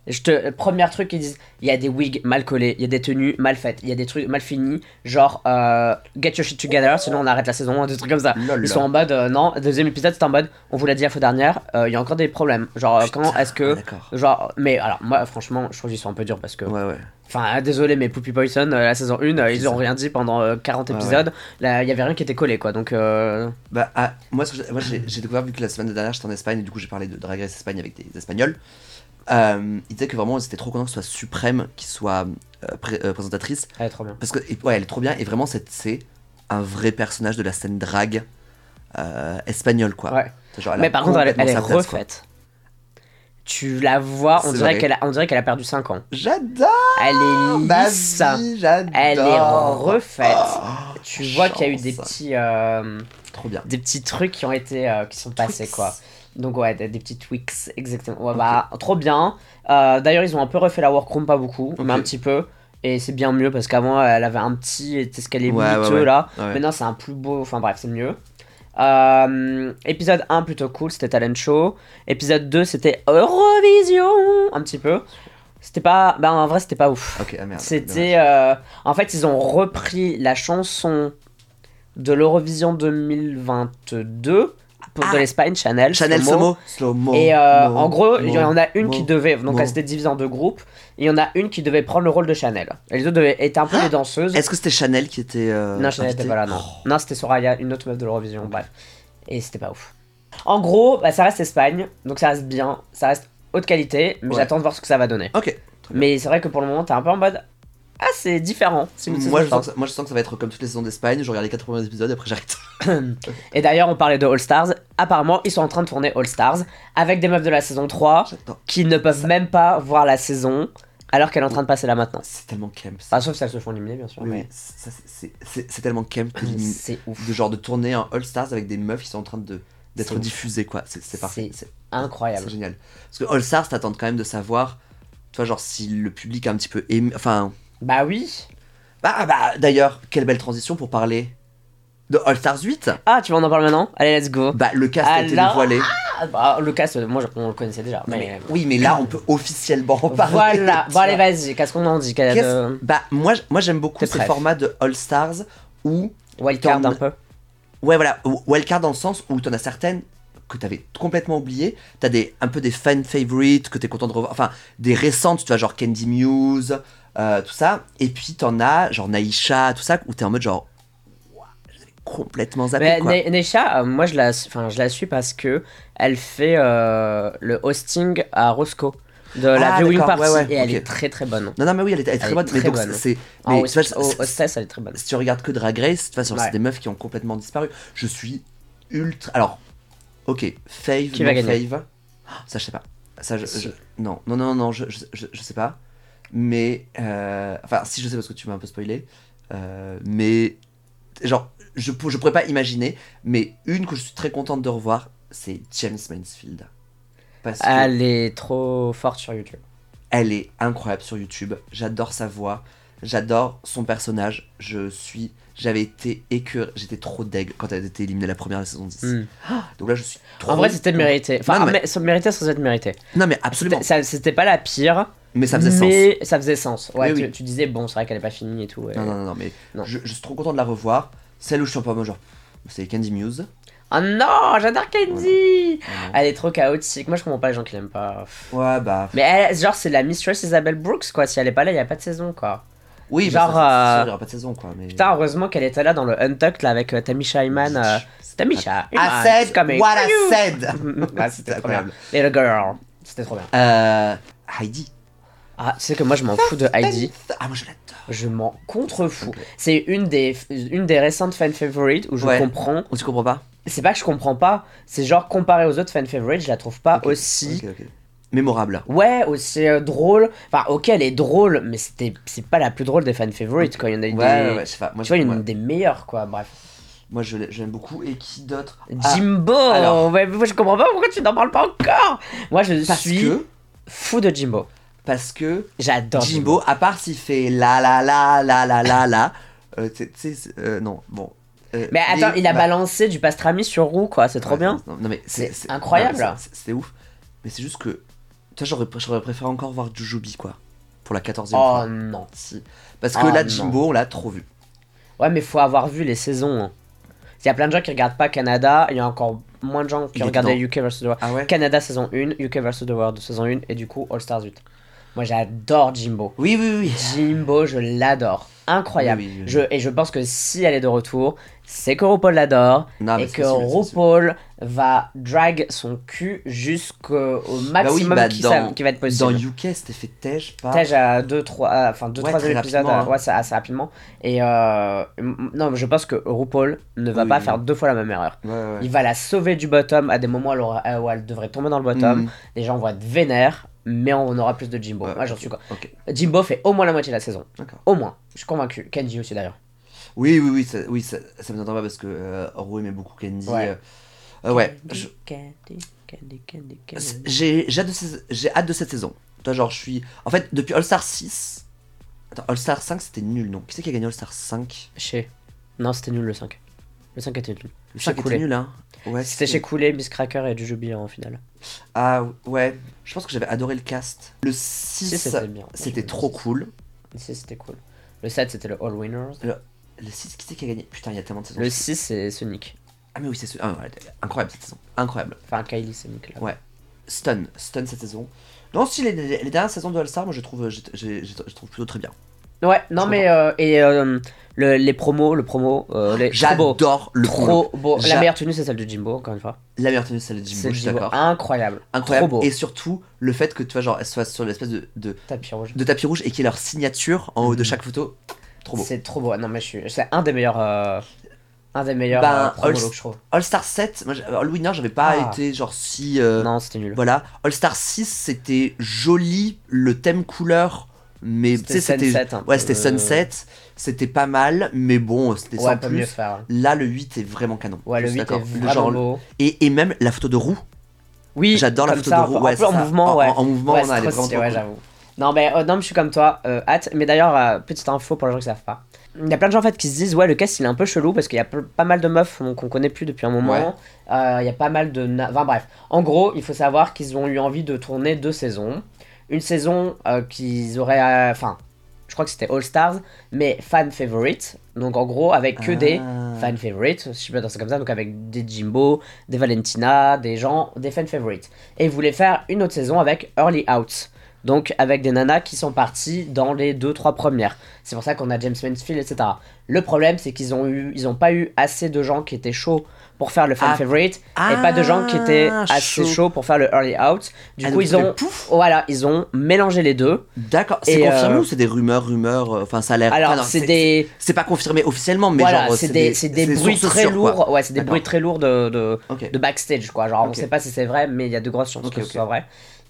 Speaker 2: Je te... Premier truc, ils disent il y a des wigs mal collés, il y a des tenues mal faites, il y a des trucs mal finis, genre euh, get your shit together, sinon on arrête la saison, des trucs comme ça.
Speaker 1: Lol.
Speaker 2: Ils sont en mode euh, non, deuxième épisode, c'est en mode on vous l'a dit la fois dernière, euh, il y a encore des problèmes. Genre, euh,
Speaker 1: Putain,
Speaker 2: quand est-ce
Speaker 1: ah,
Speaker 2: que.
Speaker 1: D'accord.
Speaker 2: Genre, mais alors, moi, franchement, je trouve qu'ils sont un peu durs parce que.
Speaker 1: Ouais, ouais.
Speaker 2: Enfin, euh, désolé, mais Poopy Poison, euh, la saison 1,
Speaker 1: C'est
Speaker 2: ils ont
Speaker 1: ça. Ah
Speaker 2: rien dit pendant euh, 40
Speaker 1: Ouais,
Speaker 2: épisodes, là, il y avait rien qui était collé, quoi, donc. euh,
Speaker 1: Bah, ah, moi, ce que j'ai- moi, j'ai j'ai découvert, vu que la semaine dernière j'étais en Espagne, et du coup j'ai parlé de Drag Race Espagne avec des Espagnols. Euh, ils disaient que vraiment ils étaient trop contents que ce soit Suprême qui soit euh, pré- euh, présentatrice.
Speaker 2: Ouais, trop bien.
Speaker 1: Parce que, et- ouais, elle est trop bien, et vraiment c'est- c'est un vrai personnage de la scène drag euh, espagnole, quoi.
Speaker 2: Ouais.
Speaker 1: Genre, elle a
Speaker 2: Mais par contre, elle,
Speaker 1: Ah, complètement
Speaker 2: elle est
Speaker 1: sa place, quoi.
Speaker 2: refaite. Tu la vois, on
Speaker 1: C'est
Speaker 2: dirait
Speaker 1: vrai. Ah,
Speaker 2: qu'elle a, on dirait qu'elle a perdu 5 ans.
Speaker 1: J'adore
Speaker 2: Elle est
Speaker 1: ma
Speaker 2: lisse,
Speaker 1: vie, j'adore
Speaker 2: elle est refaite.
Speaker 1: Oh,
Speaker 2: tu vois qu'il y a eu des
Speaker 1: chance.
Speaker 2: petits, euh,
Speaker 1: Trop bien.
Speaker 2: des petits trucs qui ont été, euh, qui sont passés
Speaker 1: Twix.
Speaker 2: quoi. Donc ouais, des, des petits tweaks, exactement. Ouais, bah, trop bien. Euh, D'ailleurs, ils ont un peu refait la workroom, pas beaucoup, mais
Speaker 1: Ok.
Speaker 2: un petit peu. Et c'est bien mieux parce qu'avant, elle avait un petit escalier
Speaker 1: Ouais, ouais,
Speaker 2: miteux
Speaker 1: ouais.
Speaker 2: là.
Speaker 1: Ah Ouais.
Speaker 2: Maintenant, c'est un plus beau. Enfin, bref, c'est mieux. Euh, épisode 1 plutôt cool, c'était Talent Show. Épisode 2 c'était Eurovision, un petit peu. C'était pas. Ben en vrai, c'était pas ouf.
Speaker 1: Ok, ah merde.
Speaker 2: C'était. euh, en fait, ils ont repris la chanson de l'Eurovision 2022 pour
Speaker 1: Ah.
Speaker 2: de l'Espagne, Chanel.
Speaker 1: Chanel
Speaker 2: Slow Mo.
Speaker 1: Somo, slow mo.
Speaker 2: Et euh,
Speaker 1: mo,
Speaker 2: en gros, il y
Speaker 1: mo,
Speaker 2: en a une
Speaker 1: mo.
Speaker 2: qui devait, donc
Speaker 1: mo.
Speaker 2: elle s'était divisée en deux groupes, et il y en a une qui devait prendre le rôle de Chanel. Et les autres devaient, étaient un peu
Speaker 1: Ah
Speaker 2: les danseuses.
Speaker 1: Est-ce que c'était Chanel qui était. euh, Oh.
Speaker 2: Non, Chanel était
Speaker 1: invitée
Speaker 2: pas là, non. Non, c'était Soraya, une autre meuf de l'Eurovision, bref. Et c'était pas ouf. En gros, bah, ça reste Espagne, donc ça reste bien, ça reste haute qualité, mais
Speaker 1: Ouais.
Speaker 2: j'attends de voir ce que ça va donner.
Speaker 1: Ok.
Speaker 2: Mais c'est vrai que pour le moment, t'es un peu en mode Ah, c'est différent. c'est une
Speaker 1: Moi je,
Speaker 2: saison
Speaker 1: sens que, ça- moi, je sens que ça va être comme toutes les saisons d'Espagne. Je regarde les 80 épisodes et après j'arrête.
Speaker 2: forte. Et d'ailleurs, on parlait de All Stars. Apparemment, ils sont en train de tourner All Stars avec des meufs de la saison 3
Speaker 1: J'attends.
Speaker 2: qui ne peuvent même pas voir la saison alors qu'elle est en train de passer là maintenant.
Speaker 1: C'est tellement camp. ça.
Speaker 2: Enfin, sauf si elles se font éliminer, bien sûr.
Speaker 1: Oui,
Speaker 2: Ah,
Speaker 1: [LAUGHS]
Speaker 2: mais
Speaker 1: oui, ça, c'est- c'est- c'est c'est tellement camp que d'im-
Speaker 2: C'est ouf.
Speaker 1: de genre de tourner en All Stars avec des meufs qui sont en train de
Speaker 2: C'est
Speaker 1: d'être
Speaker 2: ouf.
Speaker 1: diffusées quoi. C'est c'est parfait.
Speaker 2: C'est
Speaker 1: C'est c'est
Speaker 2: Incroyable.
Speaker 1: génial. Parce que All Stars t'attends quand même de savoir, tu vois genre si le public a un petit peu aimé. Enfin,
Speaker 2: Bah oui.
Speaker 1: bah bah d'ailleurs quelle belle transition pour parler de All Stars 8.
Speaker 2: Ah, tu veux on en parle maintenant Allez, let's go.
Speaker 1: Bah le cast a été
Speaker 2: Alors,
Speaker 1: dévoilé.
Speaker 2: Ah, bah, le cast, moi, je- on le connaissait déjà.
Speaker 1: Non,
Speaker 2: mais- euh,
Speaker 1: mais- oui mais là
Speaker 2: [LAUGHS]
Speaker 1: on peut officiellement en parler. [LAUGHS]
Speaker 2: Voilà.
Speaker 1: tu
Speaker 2: Bon, allez,
Speaker 1: vois.
Speaker 2: vas-y. Qu'est-ce qu'on en dit Qu'est-ce
Speaker 1: Qu'est-ce-
Speaker 2: de
Speaker 1: Bah moi j- moi j'aime beaucoup
Speaker 2: T'es
Speaker 1: ces
Speaker 2: prêt.
Speaker 1: formats de All Stars où
Speaker 2: Wildcard,
Speaker 1: Tom-
Speaker 2: un peu.
Speaker 1: Ouais, voilà, ou- wildcard dans le sens où t'en as certaines que t'avais complètement oubliées. T'as des, un peu des fan favorites que t'es content de revoir. Enfin, des récentes, tu vois, genre Candy Muse, euh, tout ça. Et puis t'en as, genre Naïcha, tout ça, où t'es en mode genre. Ouah, j'avais complètement zappé.
Speaker 2: Mais
Speaker 1: quoi.
Speaker 2: Ne- Neisha, euh, moi je la, enfin, je la suis parce que elle fait euh, le hosting à Roscoe de la
Speaker 1: Ah,
Speaker 2: viewing
Speaker 1: d'accord,
Speaker 2: party
Speaker 1: ouais, ouais,
Speaker 2: et elle
Speaker 1: ok.
Speaker 2: est très très bonne.
Speaker 1: Non, non, mais oui, elle est, elle est très
Speaker 2: Elle est
Speaker 1: bonne.
Speaker 2: très
Speaker 1: mais donc,
Speaker 2: bonne.
Speaker 1: c'est.
Speaker 2: En
Speaker 1: mais
Speaker 2: host-
Speaker 1: tu vois,
Speaker 2: au-
Speaker 1: c'est-
Speaker 2: hostess, elle est très bonne.
Speaker 1: Bah, si tu regardes que Drag Race, de toute façon,
Speaker 2: Ouais.
Speaker 1: c'est des meufs qui ont complètement disparu. Je suis ultra. Alors, ok, fave,
Speaker 2: Qui
Speaker 1: non
Speaker 2: va gagner
Speaker 1: fave. Ah, Ça, je sais pas. Ça, je,
Speaker 2: Si.
Speaker 1: je- non, non, non, non, je, je, je- je sais pas. Mais. euh, Enfin, si je sais parce que tu m'as un peu spoilé. Euh, mais. Genre, je, pour- je pourrais pas imaginer, mais une que je suis très contente de revoir, c'est James Mansfield. Parce que
Speaker 2: Elle est trop forte sur YouTube.
Speaker 1: elle est incroyable sur YouTube. J'adore sa voix, j'adore son personnage. Je suis, j'avais été écœur, j'étais trop deg quand elle a été éliminée la première saison 10.
Speaker 2: Mm.
Speaker 1: Donc là, je suis trop.
Speaker 2: En vrai, c'était mérité. Enfin,
Speaker 1: Non, mais-
Speaker 2: mais- sans- mérité sans être mérité.
Speaker 1: Non mais absolument.
Speaker 2: C'était- ça- C'était pas la pire,
Speaker 1: Mais ça faisait
Speaker 2: mais ça faisait sens. Ouais,
Speaker 1: Oui,
Speaker 2: tu,
Speaker 1: oui.
Speaker 2: tu disais, bon, c'est vrai qu'elle est pas finie et tout. et-
Speaker 1: sens. Non non non, non, mais
Speaker 2: Non.
Speaker 1: Je, je suis trop content de la revoir. Celle où je suis un peu en mode genre, c'est Candy Muse.
Speaker 2: Oh non, j'adore Candy
Speaker 1: Vraiment.
Speaker 2: Elle est trop chaotique. Moi, je comprends pas les gens qui l'aiment pas.
Speaker 1: Ouais bah.
Speaker 2: Mais elle, genre, c'est la Mistress Isabelle Brooks, quoi. Si elle est pas là, il a pas de saison, quoi.
Speaker 1: Oui.
Speaker 2: Genre,
Speaker 1: Genre. ça,
Speaker 2: euh,
Speaker 1: c'est sûr, il y aura pas de saison quoi. Mais...
Speaker 2: Putain, heureusement qu'elle était là dans le Untucked, là, avec euh, Tamisha Iman.
Speaker 1: [LAUGHS]
Speaker 2: euh, Tamisha Iman,
Speaker 1: I said
Speaker 2: it's coming
Speaker 1: what
Speaker 2: for
Speaker 1: I
Speaker 2: you.
Speaker 1: said.
Speaker 2: Ouais, c'était
Speaker 1: C'est
Speaker 2: trop bien.
Speaker 1: incroyable.
Speaker 2: Little girl. C'était trop bien.
Speaker 1: Euh, Heidi.
Speaker 2: Ah, tu sais que moi, je m'en fous de Heidi.
Speaker 1: Ah moi je l'adore.
Speaker 2: Je m'en contrefous. C'est une des, une des récentes fan favorites où je
Speaker 1: Ouais.
Speaker 2: comprends.
Speaker 1: On s'y comprend pas.
Speaker 2: C'est pas que je comprends pas. C'est genre, comparé aux autres fan favorites, je la trouve pas
Speaker 1: Ok,
Speaker 2: Ah, aussi.
Speaker 1: ok, ok. Mémorable.
Speaker 2: Ouais, aussi euh, drôle. Enfin, ok, elle est drôle, mais c'était c'est pas la plus drôle des fan favorites quand il y en a eu
Speaker 1: Ouais,
Speaker 2: des.
Speaker 1: ouais, ouais, je sais pas. Moi,
Speaker 2: Tu vois,
Speaker 1: je-
Speaker 2: une
Speaker 1: ouais.
Speaker 2: des meilleures, quoi, bref.
Speaker 1: Moi, je l'ai- je l'aime beaucoup. Et qui d'autre Ah,
Speaker 2: Jimbo
Speaker 1: alors.
Speaker 2: ouais, mais moi, je comprends pas pourquoi tu n'en parles pas encore Moi, je
Speaker 1: parce
Speaker 2: suis
Speaker 1: que,
Speaker 2: fou de Jimbo.
Speaker 1: parce que
Speaker 2: J'adore Jimbo.
Speaker 1: Jimbo, à part s'il fait la la la la la la la, euh, tu sais- tu sais, euh, non, bon. euh,
Speaker 2: Mais attends,
Speaker 1: les-
Speaker 2: il a
Speaker 1: bah,
Speaker 2: balancé du pastrami sur roux, quoi, c'est trop
Speaker 1: ouais,
Speaker 2: bien.
Speaker 1: Non, non, mais
Speaker 2: C'est incroyable,
Speaker 1: non,
Speaker 2: là.
Speaker 1: c'est- C'est ouf. Mais c'est juste que, tu vois, j'aurais pr- j'aurais préféré encore voir Jujubi, quoi. Pour la 14e
Speaker 2: Oh
Speaker 1: fois.
Speaker 2: non.
Speaker 1: Si. Parce que
Speaker 2: Oh,
Speaker 1: là,
Speaker 2: non.
Speaker 1: Jimbo, on l'a trop vu.
Speaker 2: Ouais, mais faut avoir vu les saisons. hein. Il y a plein de gens qui regardent pas Canada, il y a encore moins de gens qui
Speaker 1: Il est
Speaker 2: regardaient
Speaker 1: dedans.
Speaker 2: UK vs. The World.
Speaker 1: Ah ouais
Speaker 2: Canada saison 1, UK vs. The World saison 1, et du coup All Stars 8. Moi j'adore Jimbo.
Speaker 1: Oui, oui, oui.
Speaker 2: Jimbo, je l'adore. Incroyable.
Speaker 1: Oui, oui, oui.
Speaker 2: Je, et je pense que si elle est de retour, c'est que RuPaul l'adore
Speaker 1: Non, mais
Speaker 2: et
Speaker 1: Ah, bah, c'est
Speaker 2: que
Speaker 1: sûr, c'est sûr.
Speaker 2: RuPaul va drag son cul jusqu'au au maximum
Speaker 1: bah,
Speaker 2: qui,
Speaker 1: dans-
Speaker 2: sa- qui va être
Speaker 1: Dans
Speaker 2: possible.
Speaker 1: UK, c'était fait Tej par.
Speaker 2: Tège à 2 3 enfin deux
Speaker 1: Ouais,
Speaker 2: trois
Speaker 1: très
Speaker 2: épisodes
Speaker 1: rapidement,
Speaker 2: euh,
Speaker 1: hein.
Speaker 2: ouais, ça- assez rapidement et euh, m- non, mais je pense que RuPaul ne va
Speaker 1: Oui,
Speaker 2: pas
Speaker 1: oui.
Speaker 2: faire deux fois la même erreur.
Speaker 1: Ouais, ouais.
Speaker 2: Il va la sauver du bottom à des moments où elle, aura- où elle devrait tomber dans le bottom.
Speaker 1: Mhm.
Speaker 2: Les gens vont être vénères, mais on aura plus de Jimbo.
Speaker 1: Ouais,
Speaker 2: Moi, j'en suis quoi.
Speaker 1: Ok.
Speaker 2: Jimbo fait au moins la moitié de la saison.
Speaker 1: D'accord.
Speaker 2: Au moins. Je suis convaincu. Kenji aussi d'ailleurs.
Speaker 1: Oui, oui, oui, ça, oui, ça, ça me détend pas parce que euh, Roux aimait beaucoup Candy.
Speaker 2: Ouais.
Speaker 1: euh, euh, ouais. je-
Speaker 2: Candy, Candy, Candy, Candy,
Speaker 1: c'est-
Speaker 2: Candy.
Speaker 1: J'ai j'ai hâte, de ces- j'ai hâte de cette saison. Toi, genre, je suis. En fait, depuis All Star 6. Attends, All Star 5, c'était nul, non Qui c'est qui a gagné All Star 5
Speaker 2: Chez. Non, c'était nul le 5. Le 5 était nul.
Speaker 1: Le
Speaker 2: Chez
Speaker 1: 5 était
Speaker 2: Coulet.
Speaker 1: nul, hein Ouais.
Speaker 2: C'était chez Coulet, Miss Cracker et hein, Jujubee en finale.
Speaker 1: Ah, ouais. Je pense que j'avais adoré le cast. Le 6,
Speaker 2: Si, c'était bien.
Speaker 1: c'était trop cool.
Speaker 2: Si, c'était cool. Le 7, c'était le All Winners.
Speaker 1: Le 6, qui c'est qui a gagné Putain, il y a tellement de saisons.
Speaker 2: Le 6, c'est Sonic.
Speaker 1: Ah, mais oui, c'est sûr. Ah, ouais, incroyable cette saison. Incroyable.
Speaker 2: Enfin, Kylie, c'est Nicolas.
Speaker 1: Ouais. Stun. Stun cette saison. Non, si les, les- les dernières saisons de All-Star, moi je trouve, euh, je, je- je- je trouve plutôt très bien.
Speaker 2: Ouais, non, mais. euh, et euh, le- les promos, le promo. euh, les... trop beau.
Speaker 1: J'adore le
Speaker 2: Trop beau.
Speaker 1: J'a-
Speaker 2: La meilleure tenue, c'est celle de Jimbo, encore une fois.
Speaker 1: La meilleure tenue, c'est celle de
Speaker 2: C'est
Speaker 1: Jimbo,
Speaker 2: le
Speaker 1: je suis
Speaker 2: Jimbo.
Speaker 1: d'accord.
Speaker 2: Incroyable.
Speaker 1: Incroyable.
Speaker 2: Ah, Trop beau.
Speaker 1: Et surtout, le fait que tu vois, genre, elle soit sur l'espèce de, de,
Speaker 2: Tapis rouge.
Speaker 1: de tapis rouge et qu'il y ait leur signature en haut de
Speaker 2: Mhm.
Speaker 1: chaque photo. Trop beau.
Speaker 2: C'est trop beau. Non, mais je suis. C'est un des meilleurs. euh, Un des meilleurs
Speaker 1: Ben,
Speaker 2: euh, promos,
Speaker 1: All-
Speaker 2: je trouve.
Speaker 1: All-Star 7, moi, j'ai- All Winner, j'avais pas
Speaker 2: Ah.
Speaker 1: été genre si. euh,
Speaker 2: Non, c'était nul.
Speaker 1: Voilà. All-Star 6, c'était joli, le thème couleur, mais tu
Speaker 2: C'était
Speaker 1: sais, c'était.
Speaker 2: Sunset. hein. un peu.
Speaker 1: Ouais, c'était Sunset, c'était pas mal, mais bon, c'était
Speaker 2: Ouais,
Speaker 1: sans
Speaker 2: pas mieux
Speaker 1: plus.
Speaker 2: faire.
Speaker 1: Là, le 8 est vraiment canon.
Speaker 2: Ouais,
Speaker 1: Je
Speaker 2: le
Speaker 1: suis
Speaker 2: 8 est
Speaker 1: d'accord. Le
Speaker 2: vraiment
Speaker 1: genre-
Speaker 2: beau.
Speaker 1: et, et même la photo de roue.
Speaker 2: Oui,
Speaker 1: J'adore la
Speaker 2: comme
Speaker 1: photo
Speaker 2: ça,
Speaker 1: de roue.
Speaker 2: un peu-
Speaker 1: ouais,
Speaker 2: un peu en
Speaker 1: c'est ça.
Speaker 2: mouvement,
Speaker 1: En-
Speaker 2: ouais.
Speaker 1: En, en mouvement,
Speaker 2: Ouais,
Speaker 1: on
Speaker 2: c'est
Speaker 1: a
Speaker 2: trop
Speaker 1: les vraiment
Speaker 2: stylé,
Speaker 1: trop
Speaker 2: ouais,
Speaker 1: cool.
Speaker 2: j'avoue. Non, mais euh, non, mais je suis comme toi, euh, hâte. Mais d'ailleurs, euh, petite info pour les gens qui savent pas. Il y a plein de gens en fait qui se disent ouais le cast il est un peu chelou parce qu'il y a pe- pas mal de meufs donc, qu'on connaît plus depuis un moment.
Speaker 1: Ouais.
Speaker 2: Euh, il y a pas mal de na- enfin bref. En gros, il faut savoir qu'ils ont eu envie de tourner deux saisons. Une saison euh, qu'ils auraient euh, enfin je crois que c'était All Stars mais fan favorite. Donc en gros avec que des
Speaker 1: Ah.
Speaker 2: fan favorites, si je peux dire ça comme ça, donc avec des Jimbo, des Valentina, des gens, des fan favorites. Et ils voulaient faire une autre saison avec Early Out. Donc avec des nanas qui sont parties dans les 2-3 premières. C'est pour ça qu'on a James Mansfield, etc. Le problème c'est qu'ils ont eu, ils ont pas eu assez de gens qui étaient chauds pour faire le fan
Speaker 1: Ah.
Speaker 2: favorite et
Speaker 1: Ah,
Speaker 2: pas de gens qui étaient assez
Speaker 1: chaud.
Speaker 2: chauds pour faire le early out. Du
Speaker 1: Ah,
Speaker 2: coup
Speaker 1: donc
Speaker 2: ils
Speaker 1: c'était
Speaker 2: ont,
Speaker 1: pouf.
Speaker 2: voilà, ils ont mélangé les deux.
Speaker 1: D'accord. C'est
Speaker 2: Et,
Speaker 1: confirmé
Speaker 2: euh,
Speaker 1: ou c'est des rumeurs, rumeurs euh, Enfin, ça a l'air.
Speaker 2: Alors
Speaker 1: enfin, non,
Speaker 2: c'est des,
Speaker 1: C'est pas confirmé officiellement, mais
Speaker 2: voilà,
Speaker 1: genre. euh,
Speaker 2: c'est des, c'est des bruits
Speaker 1: sources
Speaker 2: très
Speaker 1: sûres, quoi.
Speaker 2: lourds. Ouais, c'est des
Speaker 1: D'accord.
Speaker 2: bruits très lourds de- de
Speaker 1: Ok.
Speaker 2: de backstage quoi genre on
Speaker 1: Ok.
Speaker 2: sait pas si c'est vrai mais il y a de grosses chances
Speaker 1: Ok,
Speaker 2: que
Speaker 1: ok.
Speaker 2: ce soit vrai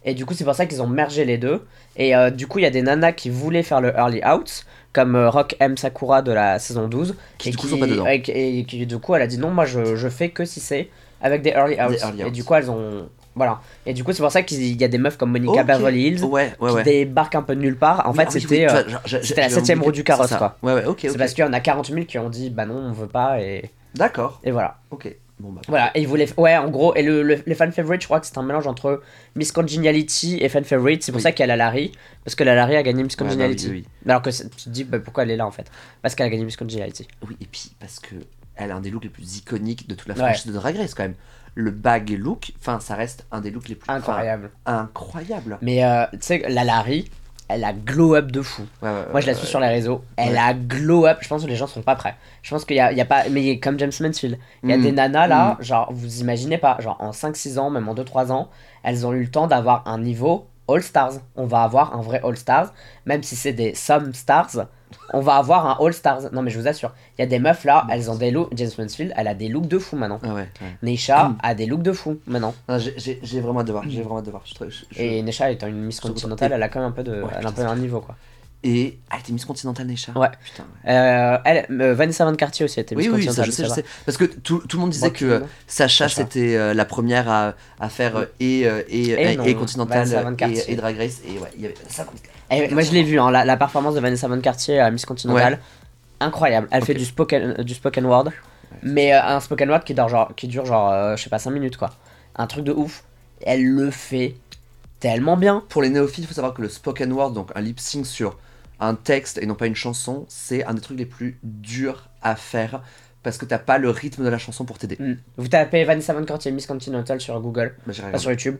Speaker 2: et du coup c'est pour ça qu'ils ont mergé les deux et euh, du coup il y a des nanas qui voulaient faire le early out comme euh, Rock M Sakura de la saison 12
Speaker 1: Qui,
Speaker 2: et
Speaker 1: du coup, sont pas dedans.
Speaker 2: et qui- et qui, du coup elle a dit non moi je, je fais que si c'est avec des early outs
Speaker 1: early
Speaker 2: et
Speaker 1: outs.
Speaker 2: du coup elles ont voilà et du coup c'est pour ça qu'il y a des meufs comme Monica
Speaker 1: Ok.
Speaker 2: Beverly Hills
Speaker 1: Ouais, ouais, ouais.
Speaker 2: qui débarquent un peu de nulle part en
Speaker 1: Oui,
Speaker 2: fait
Speaker 1: ah oui, oui,
Speaker 2: c'était
Speaker 1: tu
Speaker 2: euh,
Speaker 1: vois, genre, j'ai-
Speaker 2: c'était la
Speaker 1: j'ai
Speaker 2: septième
Speaker 1: oublié
Speaker 2: roue du carrosse,
Speaker 1: ça.
Speaker 2: quoi.
Speaker 1: Ouais, ouais, ok,
Speaker 2: c'est
Speaker 1: ok.
Speaker 2: parce qu'il y en a 40 000 qui ont dit bah non on veut pas et,
Speaker 1: D'accord,
Speaker 2: et voilà
Speaker 1: ok. Bon, bah.
Speaker 2: voilà, et ils voulaient. Ouais, en gros, et le, le- les fan favorite, je crois que c'est un mélange entre Miss Congeniality et fan favorite. C'est pour
Speaker 1: Oui.
Speaker 2: ça qu'il y a la Larry, parce que la Larry a gagné Miss
Speaker 1: Ouais, bah oui,
Speaker 2: Congeniality.
Speaker 1: oui,
Speaker 2: Alors que c'est- tu te dis, bah, pourquoi elle est là en fait Parce qu'elle a gagné Miss Congeniality.
Speaker 1: oui. Oui, et puis parce que elle a un des looks les plus iconiques de toute la
Speaker 2: Ouais.
Speaker 1: franchise de Drag Race, quand même. Le bag look, enfin, ça reste un des looks les plus. enfin,
Speaker 2: Incroyable.
Speaker 1: Incroyable.
Speaker 2: Mais euh, tu sais, la Larry, elle a glow up de fou.
Speaker 1: Ouais, ouais,
Speaker 2: Moi je la
Speaker 1: ouais,
Speaker 2: suis
Speaker 1: ouais.
Speaker 2: sur les réseaux. Elle
Speaker 1: Euh, Ouais.
Speaker 2: a glow up. Je pense que les gens sont pas prêts. Je pense qu'il y, a- il y a pas. Mais comme James Mansfield, il y a
Speaker 1: Mm.
Speaker 2: des nanas là, genre vous imaginez pas, genre en 5-6 ans, même en 2-3 ans, elles ont eu le temps d'avoir un niveau All Stars. On va avoir un vrai All Stars, même si c'est des Some Stars. On va avoir un All Stars. Non mais je vous assure, il y a des meufs là, elles ont des looks. James Mansfield, elle a des looks de fou maintenant.
Speaker 1: Ah ouais, ouais.
Speaker 2: Neisha
Speaker 1: Mm.
Speaker 2: a des looks de fou maintenant.
Speaker 1: Non, j'ai- J'ai j'ai vraiment hâte de voir. J'ai vraiment hâte de voir. Je trouve- je- je-
Speaker 2: Et Neisha étant une Miss
Speaker 1: Je te comprends.
Speaker 2: Continentale, elle a quand même un peu de,
Speaker 1: Ouais,
Speaker 2: elle a un peu
Speaker 1: putain,
Speaker 2: un niveau quoi.
Speaker 1: Et. Ah, elle était Miss Continental, Neisha
Speaker 2: Ouais.
Speaker 1: Putain, ouais.
Speaker 2: Euh, elle, euh, Vanessa Van Cartier aussi était
Speaker 1: Oui,
Speaker 2: Miss
Speaker 1: oui, ça
Speaker 2: Continental,
Speaker 1: je sais,
Speaker 2: c'est
Speaker 1: je
Speaker 2: vrai.
Speaker 1: sais. Parce que tout, tout le monde disait que euh,
Speaker 2: Brooklyn.
Speaker 1: Sacha,
Speaker 2: Sacha.
Speaker 1: c'était euh, la première à, à faire euh, et, euh, et,
Speaker 2: Et
Speaker 1: et,
Speaker 2: non,
Speaker 1: et Continental
Speaker 2: Vanessa Van
Speaker 1: euh,
Speaker 2: Cartier.
Speaker 1: et, et Drag Race. Et ouais, il y avait Vanessa Van Cartier.
Speaker 2: Eh, moi je l'ai vu, hein, la, la performance de Vanessa Van Cartier à Miss Continental,
Speaker 1: Ouais.
Speaker 2: incroyable. Elle fait
Speaker 1: Ok.
Speaker 2: du spoken, euh, du spoken word, mais euh, un spoken word qui dure genre, qui dure genre euh, je sais pas 5 minutes quoi. Un truc de ouf. Elle le fait tellement bien.
Speaker 1: Pour les néophytes, il faut savoir que le spoken word, donc un lip sync sur un texte et non pas une chanson, c'est un des trucs les plus durs à faire parce que t'as pas le rythme de la chanson pour t'aider.
Speaker 2: Mm. Vous tapez Vanessa Van Cartier Miss Continental sur Google,
Speaker 1: Bah, j'ai
Speaker 2: pas
Speaker 1: regardé.
Speaker 2: sur YouTube.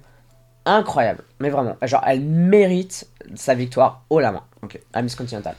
Speaker 2: Incroyable, mais vraiment. Genre elle mérite sa victoire haut la main
Speaker 1: Ok.
Speaker 2: à Miss Continental.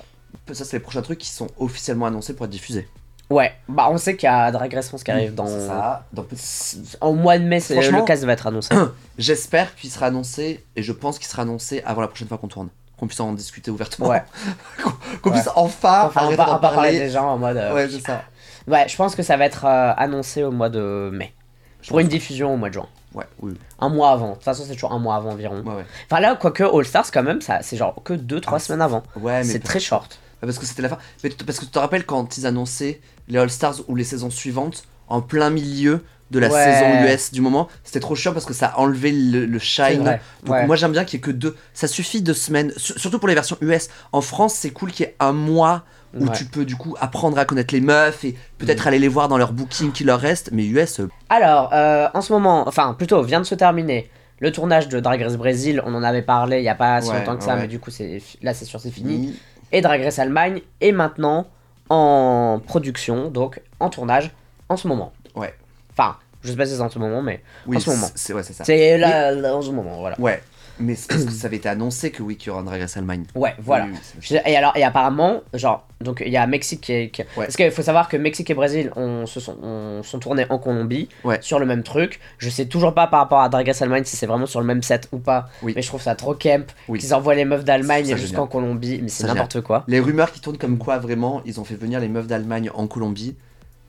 Speaker 1: Ça, c'est les prochains trucs qui sont officiellement annoncés pour être diffusés.
Speaker 2: Ouais, bah on sait qu'il y a Drag Race France qui arrive dans.
Speaker 1: Mm, C'est ça, dans petit-
Speaker 2: Au mois de mai, c'est- euh,
Speaker 1: Franchement-
Speaker 2: le cast va être
Speaker 1: [COUGHS]
Speaker 2: annoncé.
Speaker 1: J'espère qu'il sera annoncé et je pense qu'il sera annoncé avant la prochaine fois qu'on tourne. Qu'on puisse en discuter ouvertement.
Speaker 2: Ouais.
Speaker 1: [LAUGHS] qu'on qu'on
Speaker 2: Ouais.
Speaker 1: puisse enfin,
Speaker 2: Enfin,
Speaker 1: arrêter
Speaker 2: on va
Speaker 1: d'en
Speaker 2: on va parler
Speaker 1: parler.
Speaker 2: des gens en mode. euh,
Speaker 1: Ouais, c'est ça.
Speaker 2: Ouais, je pense que ça va être euh, annoncé au mois de mai.
Speaker 1: Je
Speaker 2: Pour
Speaker 1: pense
Speaker 2: une
Speaker 1: que-
Speaker 2: diffusion au mois de juin.
Speaker 1: Ouais, oui.
Speaker 2: Un mois avant. De toute façon, c'est toujours un mois avant environ.
Speaker 1: Ouais, ouais.
Speaker 2: Enfin, là, quoique All Stars, quand même, ça, c'est genre que 2-3
Speaker 1: Ah,
Speaker 2: semaines avant.
Speaker 1: Ouais, mais
Speaker 2: c'est très short.
Speaker 1: parce que c'était la fin. Mais tu- parce que tu te rappelles quand ils annonçaient les All Stars ou les saisons suivantes en plein milieu de la
Speaker 2: Ouais.
Speaker 1: saison US du moment, c'était trop chiant parce que ça enlevait le, le
Speaker 2: C'est
Speaker 1: shine.
Speaker 2: vrai.
Speaker 1: Donc
Speaker 2: Ouais.
Speaker 1: moi j'aime bien qu'il y ait que deux. Ça suffit deux semaines, sur- surtout pour les versions US. En France, c'est cool qu'il y ait un mois où
Speaker 2: Ouais. Mm.
Speaker 1: tu peux du coup apprendre à connaître les meufs et peut-être aller les voir dans leur booking qui leur reste. Mais US, euh,
Speaker 2: Alors, euh, en ce moment, enfin, plutôt, vient de se terminer le tournage de Drag Race Brésil. On en avait parlé il n'y a pas si
Speaker 1: Ouais,
Speaker 2: longtemps que ça,
Speaker 1: ouais.
Speaker 2: mais du coup, c'est, là, c'est sûr, c'est fini.
Speaker 1: fini.
Speaker 2: et Drag Race Allemagne est maintenant en production, donc en tournage en ce moment.
Speaker 1: Ouais.
Speaker 2: Enfin, je sais pas si c'est en ce moment, mais
Speaker 1: Oui,
Speaker 2: en ce moment.
Speaker 1: c'est ouais, c'est ça.
Speaker 2: C'est là, là, en ce moment, voilà.
Speaker 1: Ouais, mais c'est parce que ça avait été annoncé que oui, qu'il y aura un Drag Race Allemagne.
Speaker 2: Ouais, voilà.
Speaker 1: Oui, oui, c'est-
Speaker 2: Je- Et alors, et apparemment, genre, donc il y a Mexique et. que-
Speaker 1: Ouais.
Speaker 2: Parce qu'il faut savoir que Mexique et Brésil on se sont, on sont tournés en Colombie
Speaker 1: Ouais.
Speaker 2: sur le même truc. Je sais toujours pas par rapport à Dragas Allemagne si c'est vraiment sur le même set ou pas.
Speaker 1: Oui.
Speaker 2: Mais je trouve ça trop camp
Speaker 1: Oui.
Speaker 2: qu'ils envoient les meufs
Speaker 1: Je
Speaker 2: d'Allemagne
Speaker 1: trouve ça
Speaker 2: jusqu'en
Speaker 1: génial.
Speaker 2: Colombie. Mais c'est
Speaker 1: Ça,
Speaker 2: n'importe quoi.
Speaker 1: Les rumeurs qui tournent comme quoi vraiment ils ont fait venir les meufs d'Allemagne en Colombie,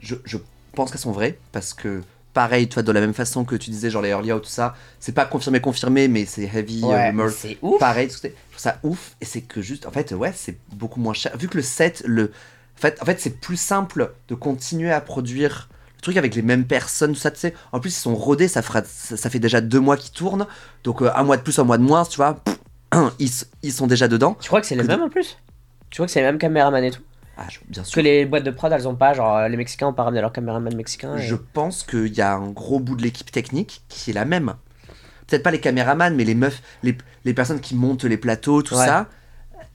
Speaker 1: je, je pense qu'elles sont vraies parce que pareil, tu vois, de la même façon que tu disais genre les early out tout ça, c'est pas confirmé confirmé mais c'est heavy euh,
Speaker 2: Ouais,
Speaker 1: rumor.
Speaker 2: c'est ouf.
Speaker 1: Pareil, tout ça, je trouve ça ouf et c'est que juste en fait ouais c'est beaucoup moins cher vu que le set le en fait en fait c'est plus simple de continuer à produire le truc avec les mêmes personnes tout ça tu sais en plus ils sont rodés ça fera ça, ça fait déjà deux mois qu'ils tournent donc euh, un mois de plus un mois de moins tu vois pff, [CLEARS THROAT] ils, s- ils sont déjà dedans
Speaker 2: Tu crois que c'est les
Speaker 1: Que
Speaker 2: mêmes en plus Tu crois que c'est les mêmes caméramans et tout
Speaker 1: ah je- bien sûr
Speaker 2: Parce que les boîtes de prod elles ont pas, genre euh, les Mexicains ont pas ramené leur caméraman mexicain. et-
Speaker 1: Je pense qu'il y a un gros bout de l'équipe technique qui est la même. Peut-être pas les caméramans, mais les meufs, les, les personnes qui montent les plateaux, tout
Speaker 2: Ouais.
Speaker 1: ça.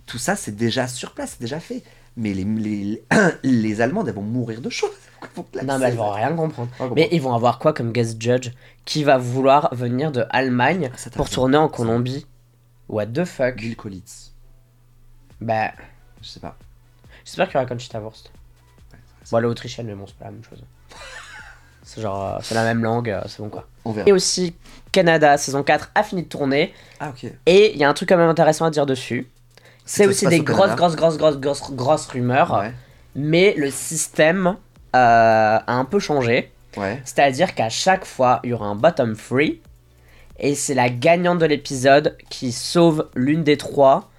Speaker 1: Tout ça, c'est déjà sur place, c'est déjà fait. Mais les, les, [CLEARS THROAT] les Allemandes, elles vont mourir de chaud. [LAUGHS] Faut que la-
Speaker 2: Non, mais elles vont rien comprendre.
Speaker 1: Ah,
Speaker 2: Mais ils vont avoir quoi comme guest judge Qui va vouloir venir de Allemagne
Speaker 1: Ça t'a
Speaker 2: pour
Speaker 1: fait.
Speaker 2: tourner en Colombie What the fuck
Speaker 1: Bill Collins,
Speaker 2: Bah,
Speaker 1: je sais pas.
Speaker 2: j'espère qu'il y aura Conchita Wurst.
Speaker 1: c'est-
Speaker 2: Bon, elle est autrichienne, mais bon, c'est pas la même chose. [LAUGHS] C'est genre, euh, c'est la même langue, euh, c'est bon quoi.
Speaker 1: On verra.
Speaker 2: Et aussi, Canada, saison 4 a fini de tourner.
Speaker 1: Ah, ok.
Speaker 2: Et il y a un truc quand même intéressant à dire dessus.
Speaker 1: que
Speaker 2: C'est
Speaker 1: ça
Speaker 2: aussi
Speaker 1: se passe
Speaker 2: des
Speaker 1: au Canada.
Speaker 2: grosses, grosses, grosses, grosses, grosses, grosses rumeurs.
Speaker 1: Ouais.
Speaker 2: Mais le système euh, a un peu changé.
Speaker 1: Ouais.
Speaker 2: C'est-à-dire qu'à chaque fois, il y aura un bottom free. Et c'est la gagnante de l'épisode qui sauve l'une des trois.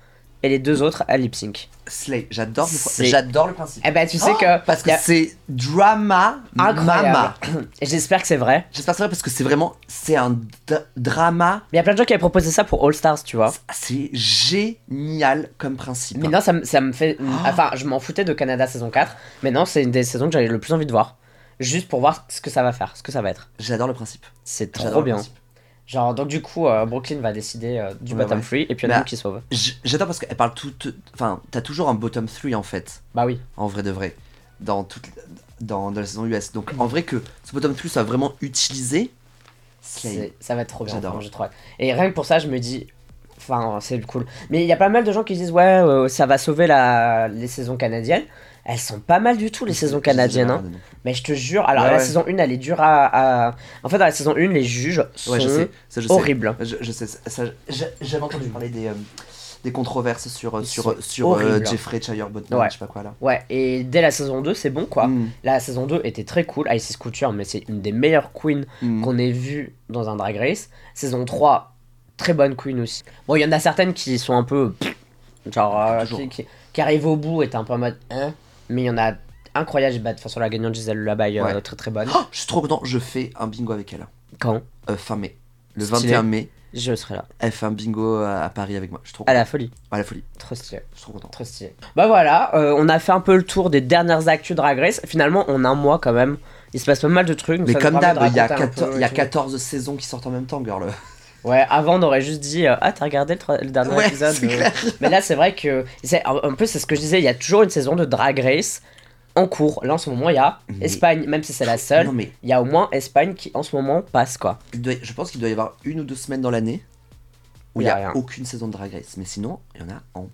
Speaker 2: Et les deux autres à lip sync.
Speaker 1: Slay, j'adore le,
Speaker 2: C'est-
Speaker 1: j'adore le principe.
Speaker 2: Eh ben, tu sais
Speaker 1: Oh,
Speaker 2: que.
Speaker 1: Parce que
Speaker 2: y a-
Speaker 1: c'est drama
Speaker 2: Incroyable.
Speaker 1: mama.
Speaker 2: Et J'espère que c'est vrai.
Speaker 1: J'espère que c'est vrai parce que c'est vraiment. C'est un d- drama
Speaker 2: Mais il y a plein de gens qui avaient proposé ça pour All Stars, tu vois.
Speaker 1: C'est génial comme principe. hein.
Speaker 2: Mais non, ça, me- ça me fait.
Speaker 1: Oh.
Speaker 2: Enfin, je m'en foutais de Canada saison 4. Mais non, c'est une des saisons que j'avais le plus envie de voir. Juste pour voir ce que ça va faire, ce que ça va être.
Speaker 1: J'adore le principe.
Speaker 2: C'est
Speaker 1: J'adore
Speaker 2: trop
Speaker 1: le
Speaker 2: bien.
Speaker 1: principe.
Speaker 2: Genre, donc du coup, euh, Brooklyn va décider euh, du
Speaker 1: Ouais,
Speaker 2: bottom
Speaker 1: ouais.
Speaker 2: free. Et puis il y en a
Speaker 1: Bah-
Speaker 2: une qui sauve.
Speaker 1: J- J'adore parce qu'elle parle toute. Enfin, t'as toujours un bottom 3 en fait,
Speaker 2: Bah oui.
Speaker 1: en vrai de vrai, dans toute dans, dans la saison US. Donc en vrai que ce bottom 3 soit vraiment utilisé.
Speaker 2: C'est-
Speaker 1: Slay.
Speaker 2: Ça va être trop bien,
Speaker 1: J'adore.
Speaker 2: franchement, j'ai trop hâte. Et rien que pour ça, je me dis, enfin, c'est cool. Mais il y a pas mal de gens qui disent, ouais, euh, ça va sauver la... les saisons canadiennes. Elles sont pas mal du tout, les saisons canadiennes. hein. Mais je te jure, alors
Speaker 1: Ouais,
Speaker 2: la
Speaker 1: ouais.
Speaker 2: saison 1, elle est dure à, à- En fait, dans la saison 1, les juges sont
Speaker 1: Ouais, je sais. Ça, je sais.
Speaker 2: horribles.
Speaker 1: Je, je sais. Ça, j'ai- j'avais entendu parler des, euh, des controverses sur, euh,
Speaker 2: Ils
Speaker 1: sur,
Speaker 2: sont
Speaker 1: euh, sur euh,
Speaker 2: horribles.
Speaker 1: Jeffrey Chire Botman,
Speaker 2: Ouais.
Speaker 1: je sais pas quoi là.
Speaker 2: Ouais, et dès la saison 2, c'est bon quoi.
Speaker 1: Mm,
Speaker 2: La saison 2 était très cool. Isis Couture, mais c'est une des meilleures queens
Speaker 1: mm.
Speaker 2: qu'on ait vu dans un Drag Race. Saison 3, très bonne queen aussi. Bon, il y en a certaines qui sont un peu. pff, Genre. euh,
Speaker 1: Toujours.
Speaker 2: qui, qui- qui arrivent au bout et t'es un peu en mode. Hein mais il y en a incroyable. Bah, de toute façon, la gagnante Gisèle Labaye,
Speaker 1: Ouais.
Speaker 2: très très bonne.
Speaker 1: Oh, je suis trop content, je fais un bingo avec elle.
Speaker 2: Quand
Speaker 1: euh, fin mai. Le
Speaker 2: Stylé.
Speaker 1: 21 mai,
Speaker 2: Je serai là.
Speaker 1: elle fait un bingo à, à Paris avec moi. Je suis
Speaker 2: À
Speaker 1: trop content.
Speaker 2: la folie.
Speaker 1: À la folie.
Speaker 2: Trop stylé.
Speaker 1: Je suis trop content.
Speaker 2: Trop stylé. Bah voilà, euh, on a fait un peu le tour des dernières actus Drag Race. Finalement, on a un mois quand même. Il se passe pas mal de trucs. donc
Speaker 1: Mais
Speaker 2: ça nous
Speaker 1: comme
Speaker 2: permet
Speaker 1: d'hab,
Speaker 2: de
Speaker 1: il y a,
Speaker 2: raconter un
Speaker 1: 14,
Speaker 2: peu
Speaker 1: il y a
Speaker 2: tout.
Speaker 1: 14 saisons qui sortent en même temps, girl.
Speaker 2: Ouais, avant on aurait juste dit euh, Ah, t'as regardé le, tro- le dernier
Speaker 1: Ouais,
Speaker 2: épisode
Speaker 1: c'est
Speaker 2: euh.
Speaker 1: clair.
Speaker 2: Mais là, c'est vrai que. c'est- En en plus, c'est ce que je disais, il y a toujours une saison de Drag Race en cours. Là, en ce moment, il y a
Speaker 1: Mais-
Speaker 2: Espagne, même si c'est la seule,
Speaker 1: Non, mais
Speaker 2: il y a au moins Espagne qui en ce moment passe quoi.
Speaker 1: il doit- je pense qu'il doit y avoir une ou deux semaines dans l'année où il
Speaker 2: Il y
Speaker 1: n'y
Speaker 2: a
Speaker 1: a,
Speaker 2: rien.
Speaker 1: aucune saison de Drag Race. Mais sinon, il y en a en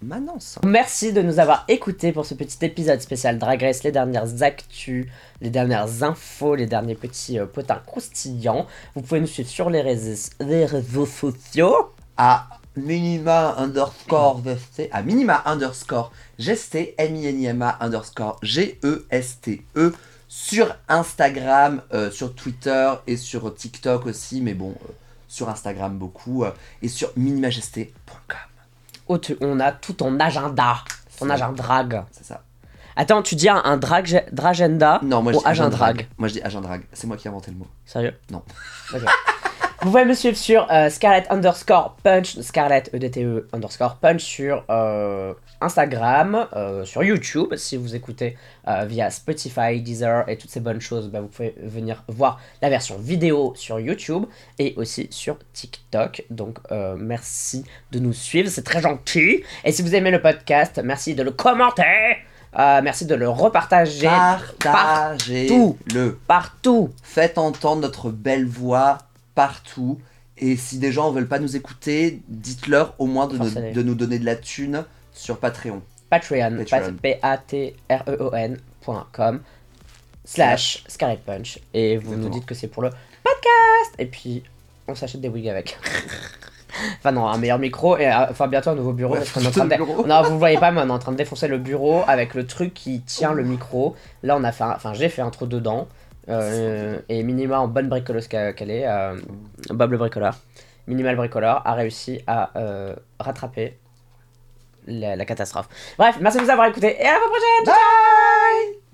Speaker 1: permanence.
Speaker 2: Merci de nous avoir écoutés pour ce petit épisode spécial Drag Race, les dernières actus, les dernières infos, les derniers petits euh, potins croustillants. Vous pouvez nous suivre sur les réseaux, les réseaux sociaux.
Speaker 1: À minima underscore VST, à minima underscore GST, M-I-N-I-M-A underscore E G-E-S-T-E, sur Instagram, euh, sur Twitter et sur TikTok aussi, mais bon, euh, sur Instagram beaucoup, euh, et sur minimagst.com.
Speaker 2: Oh, tu- on a tout ton agenda, ton
Speaker 1: C'est-
Speaker 2: agenda drag.
Speaker 1: C'est ça.
Speaker 2: Attends, tu dis un, un drag, dragenda
Speaker 1: Non, moi je
Speaker 2: ou
Speaker 1: dis
Speaker 2: agenda
Speaker 1: agendrag.
Speaker 2: drag
Speaker 1: Moi je dis agendrag. C'est moi qui ai inventé le mot.
Speaker 2: Sérieux
Speaker 1: Non.
Speaker 2: Ok. Vous pouvez me suivre sur euh, Scarlett underscore punch, Scarlett E EDTE underscore punch sur euh, Instagram, euh, sur YouTube. Si vous écoutez euh, via Spotify, Deezer et toutes ces bonnes choses, bah, vous pouvez venir voir la version vidéo sur YouTube et aussi sur TikTok. Donc euh, merci de nous suivre, c'est très gentil. Et si vous aimez le podcast, merci de le commenter. Euh, merci de le repartager
Speaker 1: Ah. Partagez-le.
Speaker 2: partout.
Speaker 1: Faites entendre notre belle voix partout. Et si des gens veulent pas nous écouter, dites-leur au moins de, nous-
Speaker 2: Forcez-les.
Speaker 1: de nous donner de la thune sur Patreon.
Speaker 2: Patreon,
Speaker 1: Patreon.
Speaker 2: E p-a-t-r-e-o-n.com slash Scarlet Punch. Et vous
Speaker 1: Exactement.
Speaker 2: nous dites que c'est pour le podcast. Et puis, on s'achète des wigs avec. [LAUGHS] enfin non, un meilleur micro et euh, enfin bientôt un nouveau bureau.
Speaker 1: Ouais,
Speaker 2: parce qu'on est en train de-
Speaker 1: le bureau.
Speaker 2: Non, vous voyez pas, mais on est en train de défoncer le bureau avec le truc qui tient le micro. Là, on a fait, un- enfin, j'ai fait un trou dedans. Euh, et Minima, en bonne bricoleuse qu'a- qu'elle est, euh, Bob le bricoleur, Minimal bricoleur, a réussi à euh, rattraper la, la catastrophe. Bref, merci de nous avoir écoutés et à la prochaine. Ciao.